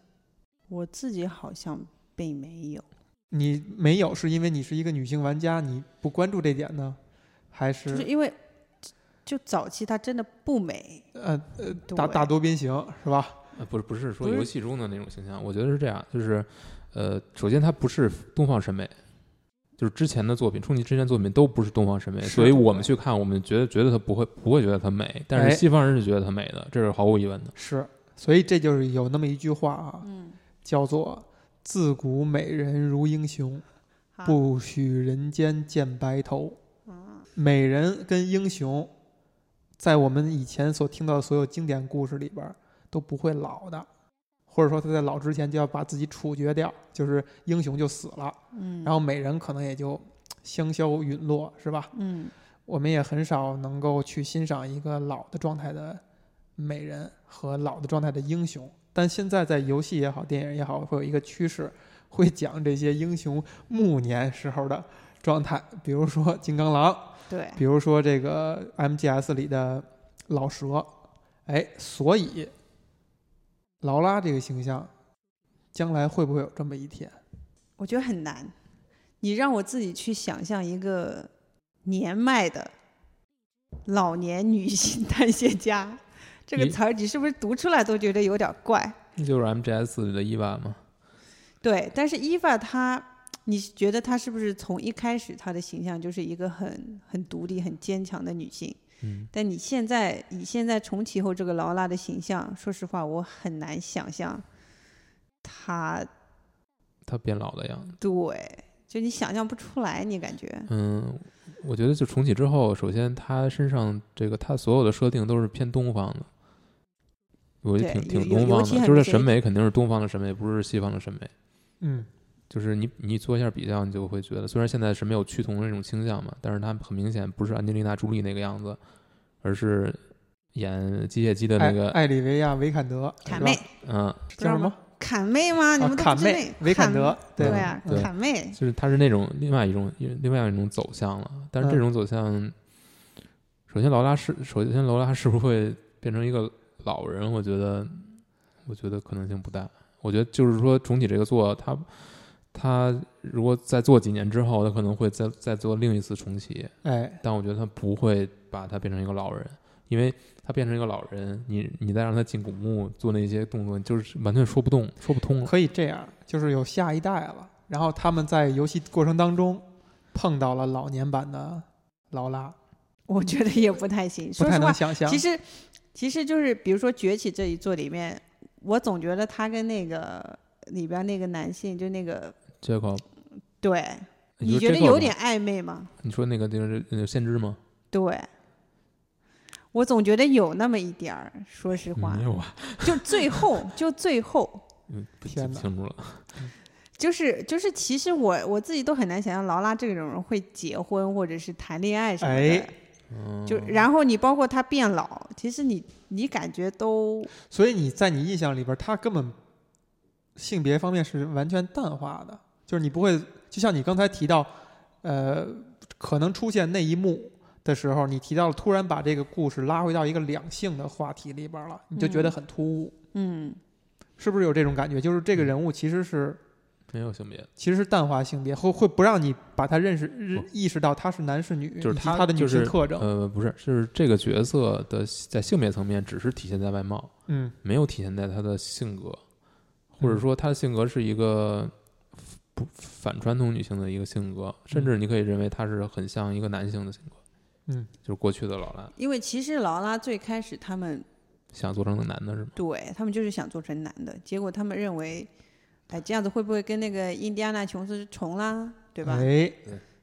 [SPEAKER 2] 我自己好像并没有。
[SPEAKER 1] 你没有是因为你是一个女性玩家，你不关注这点呢，还
[SPEAKER 2] 就是
[SPEAKER 1] 是
[SPEAKER 2] 因为就早期它真的不美，
[SPEAKER 1] 呃呃
[SPEAKER 2] 对
[SPEAKER 1] 大大多边形是吧？
[SPEAKER 3] 呃，不是不是说
[SPEAKER 2] 不是
[SPEAKER 3] 游戏中的那种形象，我觉得是这样，就是呃，首先它不是东方审美，就是之前的作品，冲击之前的作品都不是东方审美，
[SPEAKER 1] 是
[SPEAKER 3] 所以我们去看，我们觉得觉得它不会不会觉得它美，但
[SPEAKER 1] 哎
[SPEAKER 3] 是西方人是觉得它美的，这是毫无疑问的。
[SPEAKER 1] 是，所以这就是有那么一句话啊，
[SPEAKER 2] 嗯，
[SPEAKER 1] 叫做“自古美人如英雄，
[SPEAKER 2] 啊，嗯
[SPEAKER 1] 不许人间见白头”。美人跟英雄，在我们以前所听到的所有经典故事里边儿都不会老的，或者说他在老之前就要把自己处决掉，就是英雄就死了。
[SPEAKER 2] 嗯，
[SPEAKER 1] 然后美人可能也就香消陨落，是吧？
[SPEAKER 2] 嗯，
[SPEAKER 1] 我们也很少能够去欣赏一个老的状态的美人和老的状态的英雄。但现在在游戏也好，电影也好，会有一个趋势，会讲这些英雄暮年时候的状态，比如说金刚狼，
[SPEAKER 2] 对，
[SPEAKER 1] 比如说这个 MGS 里的老蛇，哎，所以劳拉这个形象，将来会不会有这么一天？
[SPEAKER 2] 我觉得很难。你让我自己去想象一个年迈的老年女性 [LAUGHS] 探险家这个
[SPEAKER 3] 你
[SPEAKER 2] 词儿，你是不是读出来都觉得有点怪？
[SPEAKER 3] 那就是 MGS 里的伊娃嘛，
[SPEAKER 2] 对，但是伊娃她，你觉得她是不是从一开始她的形象就是一个很很独立、很坚强的女性？
[SPEAKER 3] 嗯，
[SPEAKER 2] 但你现在以现在重启后这个劳拉的形象，说实话，我很难想象她
[SPEAKER 3] 她变老的样子。
[SPEAKER 2] 对，就你想象不出来，你感觉
[SPEAKER 3] 嗯，我觉得就重启之后，首先她身上这个她所有的设定都是偏东方的，我觉得
[SPEAKER 2] 对
[SPEAKER 3] 挺挺
[SPEAKER 2] 有有
[SPEAKER 3] 东方
[SPEAKER 2] 尤其
[SPEAKER 3] 的，
[SPEAKER 2] 很
[SPEAKER 3] 就是
[SPEAKER 2] 谁
[SPEAKER 3] 审美肯定是东方的审美，不是西方的审美。
[SPEAKER 1] 嗯，
[SPEAKER 3] 就是你你做一下比较，你就会觉得，虽然现在是没有趋同的那种倾向嘛，但是它很明显不是安吉丽娜·朱莉那个样子，而是演机械姬的那
[SPEAKER 1] 艾
[SPEAKER 3] 个，
[SPEAKER 1] 艾里维亚·维坎德，
[SPEAKER 2] 侃
[SPEAKER 1] 是吧
[SPEAKER 2] 妹，
[SPEAKER 3] 嗯，
[SPEAKER 1] 叫什么？
[SPEAKER 2] 侃妹吗？你
[SPEAKER 1] 哎啊
[SPEAKER 2] 们都不
[SPEAKER 1] 坎
[SPEAKER 2] 知
[SPEAKER 1] 妹
[SPEAKER 2] 道
[SPEAKER 1] 维坎德，
[SPEAKER 2] 对
[SPEAKER 1] 对
[SPEAKER 3] 吧
[SPEAKER 2] 啊，
[SPEAKER 3] 对
[SPEAKER 2] 侃妹，
[SPEAKER 3] 就是它是那种另外一种另外一种走向了。但是这种走向，首先劳拉是首先劳拉是不是会变成一个老人？我觉得，我觉得可能性不大。我觉得就是说，重启这个做它。它如果再做几年之后，它可能会再再做另一次重启，
[SPEAKER 1] 哎，
[SPEAKER 3] 但我觉得他不会把他变成一个老人，因为他变成一个老人，你你再让他进古墓做那些动作，就是完全说不动、说不通了。
[SPEAKER 1] 可以这样，就是有下一代了，然后他们在游戏过程当中碰到了老年版的劳拉，
[SPEAKER 2] 我觉得也不太行。
[SPEAKER 1] 不
[SPEAKER 2] 说
[SPEAKER 1] 太
[SPEAKER 2] 实话
[SPEAKER 1] 能，想象
[SPEAKER 2] 其。实其实就是比如说《崛起》这一座里面，我总觉得他跟那个里边那个男性，就那个
[SPEAKER 3] 杰克，
[SPEAKER 2] 对，你
[SPEAKER 3] 说
[SPEAKER 2] 觉得
[SPEAKER 3] Jacob
[SPEAKER 2] 有
[SPEAKER 3] 吗
[SPEAKER 2] 点？暧昧吗？
[SPEAKER 3] 你说那个就是那个先知吗？
[SPEAKER 2] 对。我总觉得有那么一点儿，说实话
[SPEAKER 3] 没，有啊，
[SPEAKER 2] 就最后，就最后，
[SPEAKER 3] 嗯，不记
[SPEAKER 1] 天
[SPEAKER 3] 不
[SPEAKER 1] 哪
[SPEAKER 3] 清楚了。
[SPEAKER 2] 就是就是，其实我我自己都很难想象劳拉这种人会结婚或者是谈恋爱什么的。
[SPEAKER 1] 哎
[SPEAKER 3] 嗯，
[SPEAKER 2] 就然后你包括她变老，其实你你感觉都
[SPEAKER 1] 所以你在你印象里边，他根本性别方面是完全淡化的，就是你不会，就像你刚才提到，呃，可能出现那一幕。的时候，你提到了突然把这个故事拉回到一个两性的话题里边了，你就觉得很突兀，
[SPEAKER 2] 嗯
[SPEAKER 1] 是不是有这种感觉？就是这个人物其实是
[SPEAKER 3] 没有性别，
[SPEAKER 1] 其实是淡化性别，会会不让你把他认识、认
[SPEAKER 3] 不
[SPEAKER 1] 意识到他是男是女，
[SPEAKER 3] 就是
[SPEAKER 1] 以及
[SPEAKER 3] 他
[SPEAKER 1] 他的女
[SPEAKER 3] 就是
[SPEAKER 1] 性特征。
[SPEAKER 3] 呃，不是，是这个角色的在性别层面只是体现在外貌，
[SPEAKER 1] 嗯，
[SPEAKER 3] 没有体现在他的性格，或者说他的性格是一个不反传统女性的一个性格，甚至你可以认为他是很像一个男性的性格。
[SPEAKER 1] 嗯，
[SPEAKER 3] 就是过去的老兰
[SPEAKER 2] 因为其实劳拉最开始他们
[SPEAKER 3] 想做成个男的是吗？
[SPEAKER 2] 对他们就是想做成男的，结果他们认为，哎，这样子会不会跟那个印第安纳琼斯重啦，对吧？
[SPEAKER 1] 哎，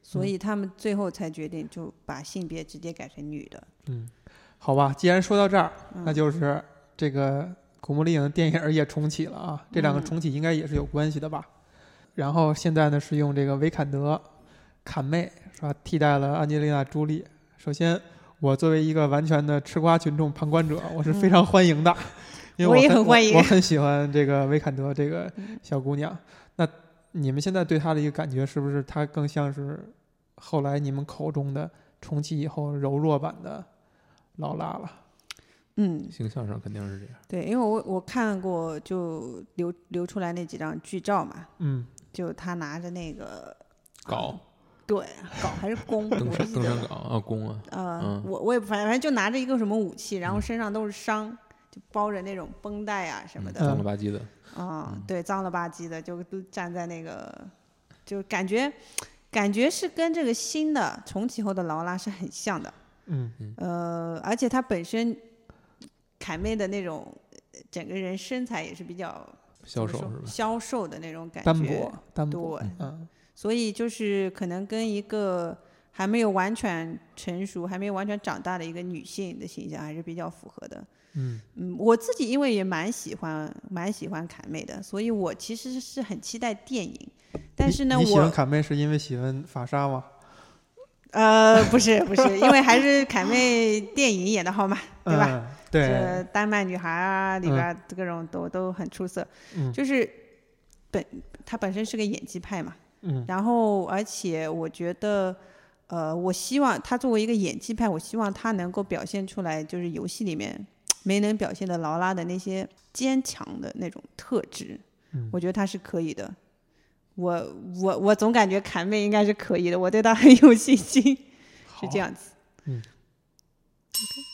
[SPEAKER 2] 所以他们最后才决定就把性别直接改成女的。
[SPEAKER 1] 嗯，好吧，既然说到这儿，
[SPEAKER 2] 嗯
[SPEAKER 1] 那就是这个《古墓丽影》电影也重启了啊，这两个
[SPEAKER 2] 嗯
[SPEAKER 1] 重启应该也是有关系的吧？然后现在呢是用这个维坎德坎妹是吧替代了安吉丽娜·朱莉。首先，我作为一个完全的吃瓜群众旁观者，我是非常欢迎
[SPEAKER 2] [LAUGHS]
[SPEAKER 1] 的，因为
[SPEAKER 2] 嗯我也
[SPEAKER 1] 很
[SPEAKER 2] 很欢迎嗯
[SPEAKER 1] 我，我很喜欢这个维坎德这个小姑娘。那你们现在对她的一个感觉，是不是她更像是后来你们口中的重启以后柔弱版的劳拉了。
[SPEAKER 2] 嗯，
[SPEAKER 3] 形象上肯定是这样。
[SPEAKER 2] 对，因为我我看过就流流出来那几张剧照嘛，
[SPEAKER 1] 嗯，
[SPEAKER 2] 就他拿着那个嗯
[SPEAKER 3] 镐，
[SPEAKER 2] 对，镐还是弓，
[SPEAKER 3] 登
[SPEAKER 2] 我
[SPEAKER 3] 山
[SPEAKER 2] 记
[SPEAKER 3] 登
[SPEAKER 2] 得
[SPEAKER 3] 山镐啊，弓啊，
[SPEAKER 2] 呃，
[SPEAKER 3] 嗯
[SPEAKER 2] 我我也不反正就拿着一个什么武器，然后
[SPEAKER 3] 嗯
[SPEAKER 2] 身上都是伤，就包着那种绷带啊什么
[SPEAKER 3] 嗯
[SPEAKER 2] 的
[SPEAKER 3] 脏了吧唧的，
[SPEAKER 2] 啊、
[SPEAKER 3] 嗯
[SPEAKER 2] 对，脏了吧唧的，就都站在那个，就感觉感觉是跟这个新的重启后的劳拉是很像的，
[SPEAKER 1] 嗯，
[SPEAKER 2] 呃，而且她本身凯妹的那种呃整个人身材也是比较
[SPEAKER 3] 消瘦
[SPEAKER 2] 怎么
[SPEAKER 3] 是
[SPEAKER 2] 说
[SPEAKER 3] 吧？
[SPEAKER 2] 消瘦的那种感觉，
[SPEAKER 1] 单薄单薄，
[SPEAKER 2] 对，
[SPEAKER 1] 嗯
[SPEAKER 2] 所以就是可能跟一个还没有完全成熟、还没有完全长大的一个女性的形象还是比较符合的。
[SPEAKER 1] 嗯
[SPEAKER 2] 嗯，我自己因为也蛮喜欢、蛮喜欢凯妹的，所以我其实是很期待电影。但是呢，
[SPEAKER 1] 你你喜欢
[SPEAKER 2] 我
[SPEAKER 1] 卡妹是因为喜欢法莎吗？
[SPEAKER 2] 呃不是不是，因为还是凯妹电影演的好嘛，对吧？
[SPEAKER 1] 嗯？对
[SPEAKER 2] 这，丹麦女孩啊里
[SPEAKER 1] 嗯
[SPEAKER 2] 边儿各种都、都很出色，
[SPEAKER 1] 嗯
[SPEAKER 2] 就是本她本身是个演技派嘛，
[SPEAKER 1] 嗯
[SPEAKER 2] 然后而且我觉得，呃，我希望她作为一个演技派，我希望她能够表现出来，就是游戏里面没能表现的劳拉的那些坚强的那种特质，
[SPEAKER 1] 嗯
[SPEAKER 2] 我觉得她是可以的。我我我总感觉侃妹应该是可以的，我对她很有信心，是
[SPEAKER 1] 好
[SPEAKER 2] 这样子。
[SPEAKER 1] 嗯
[SPEAKER 2] OK。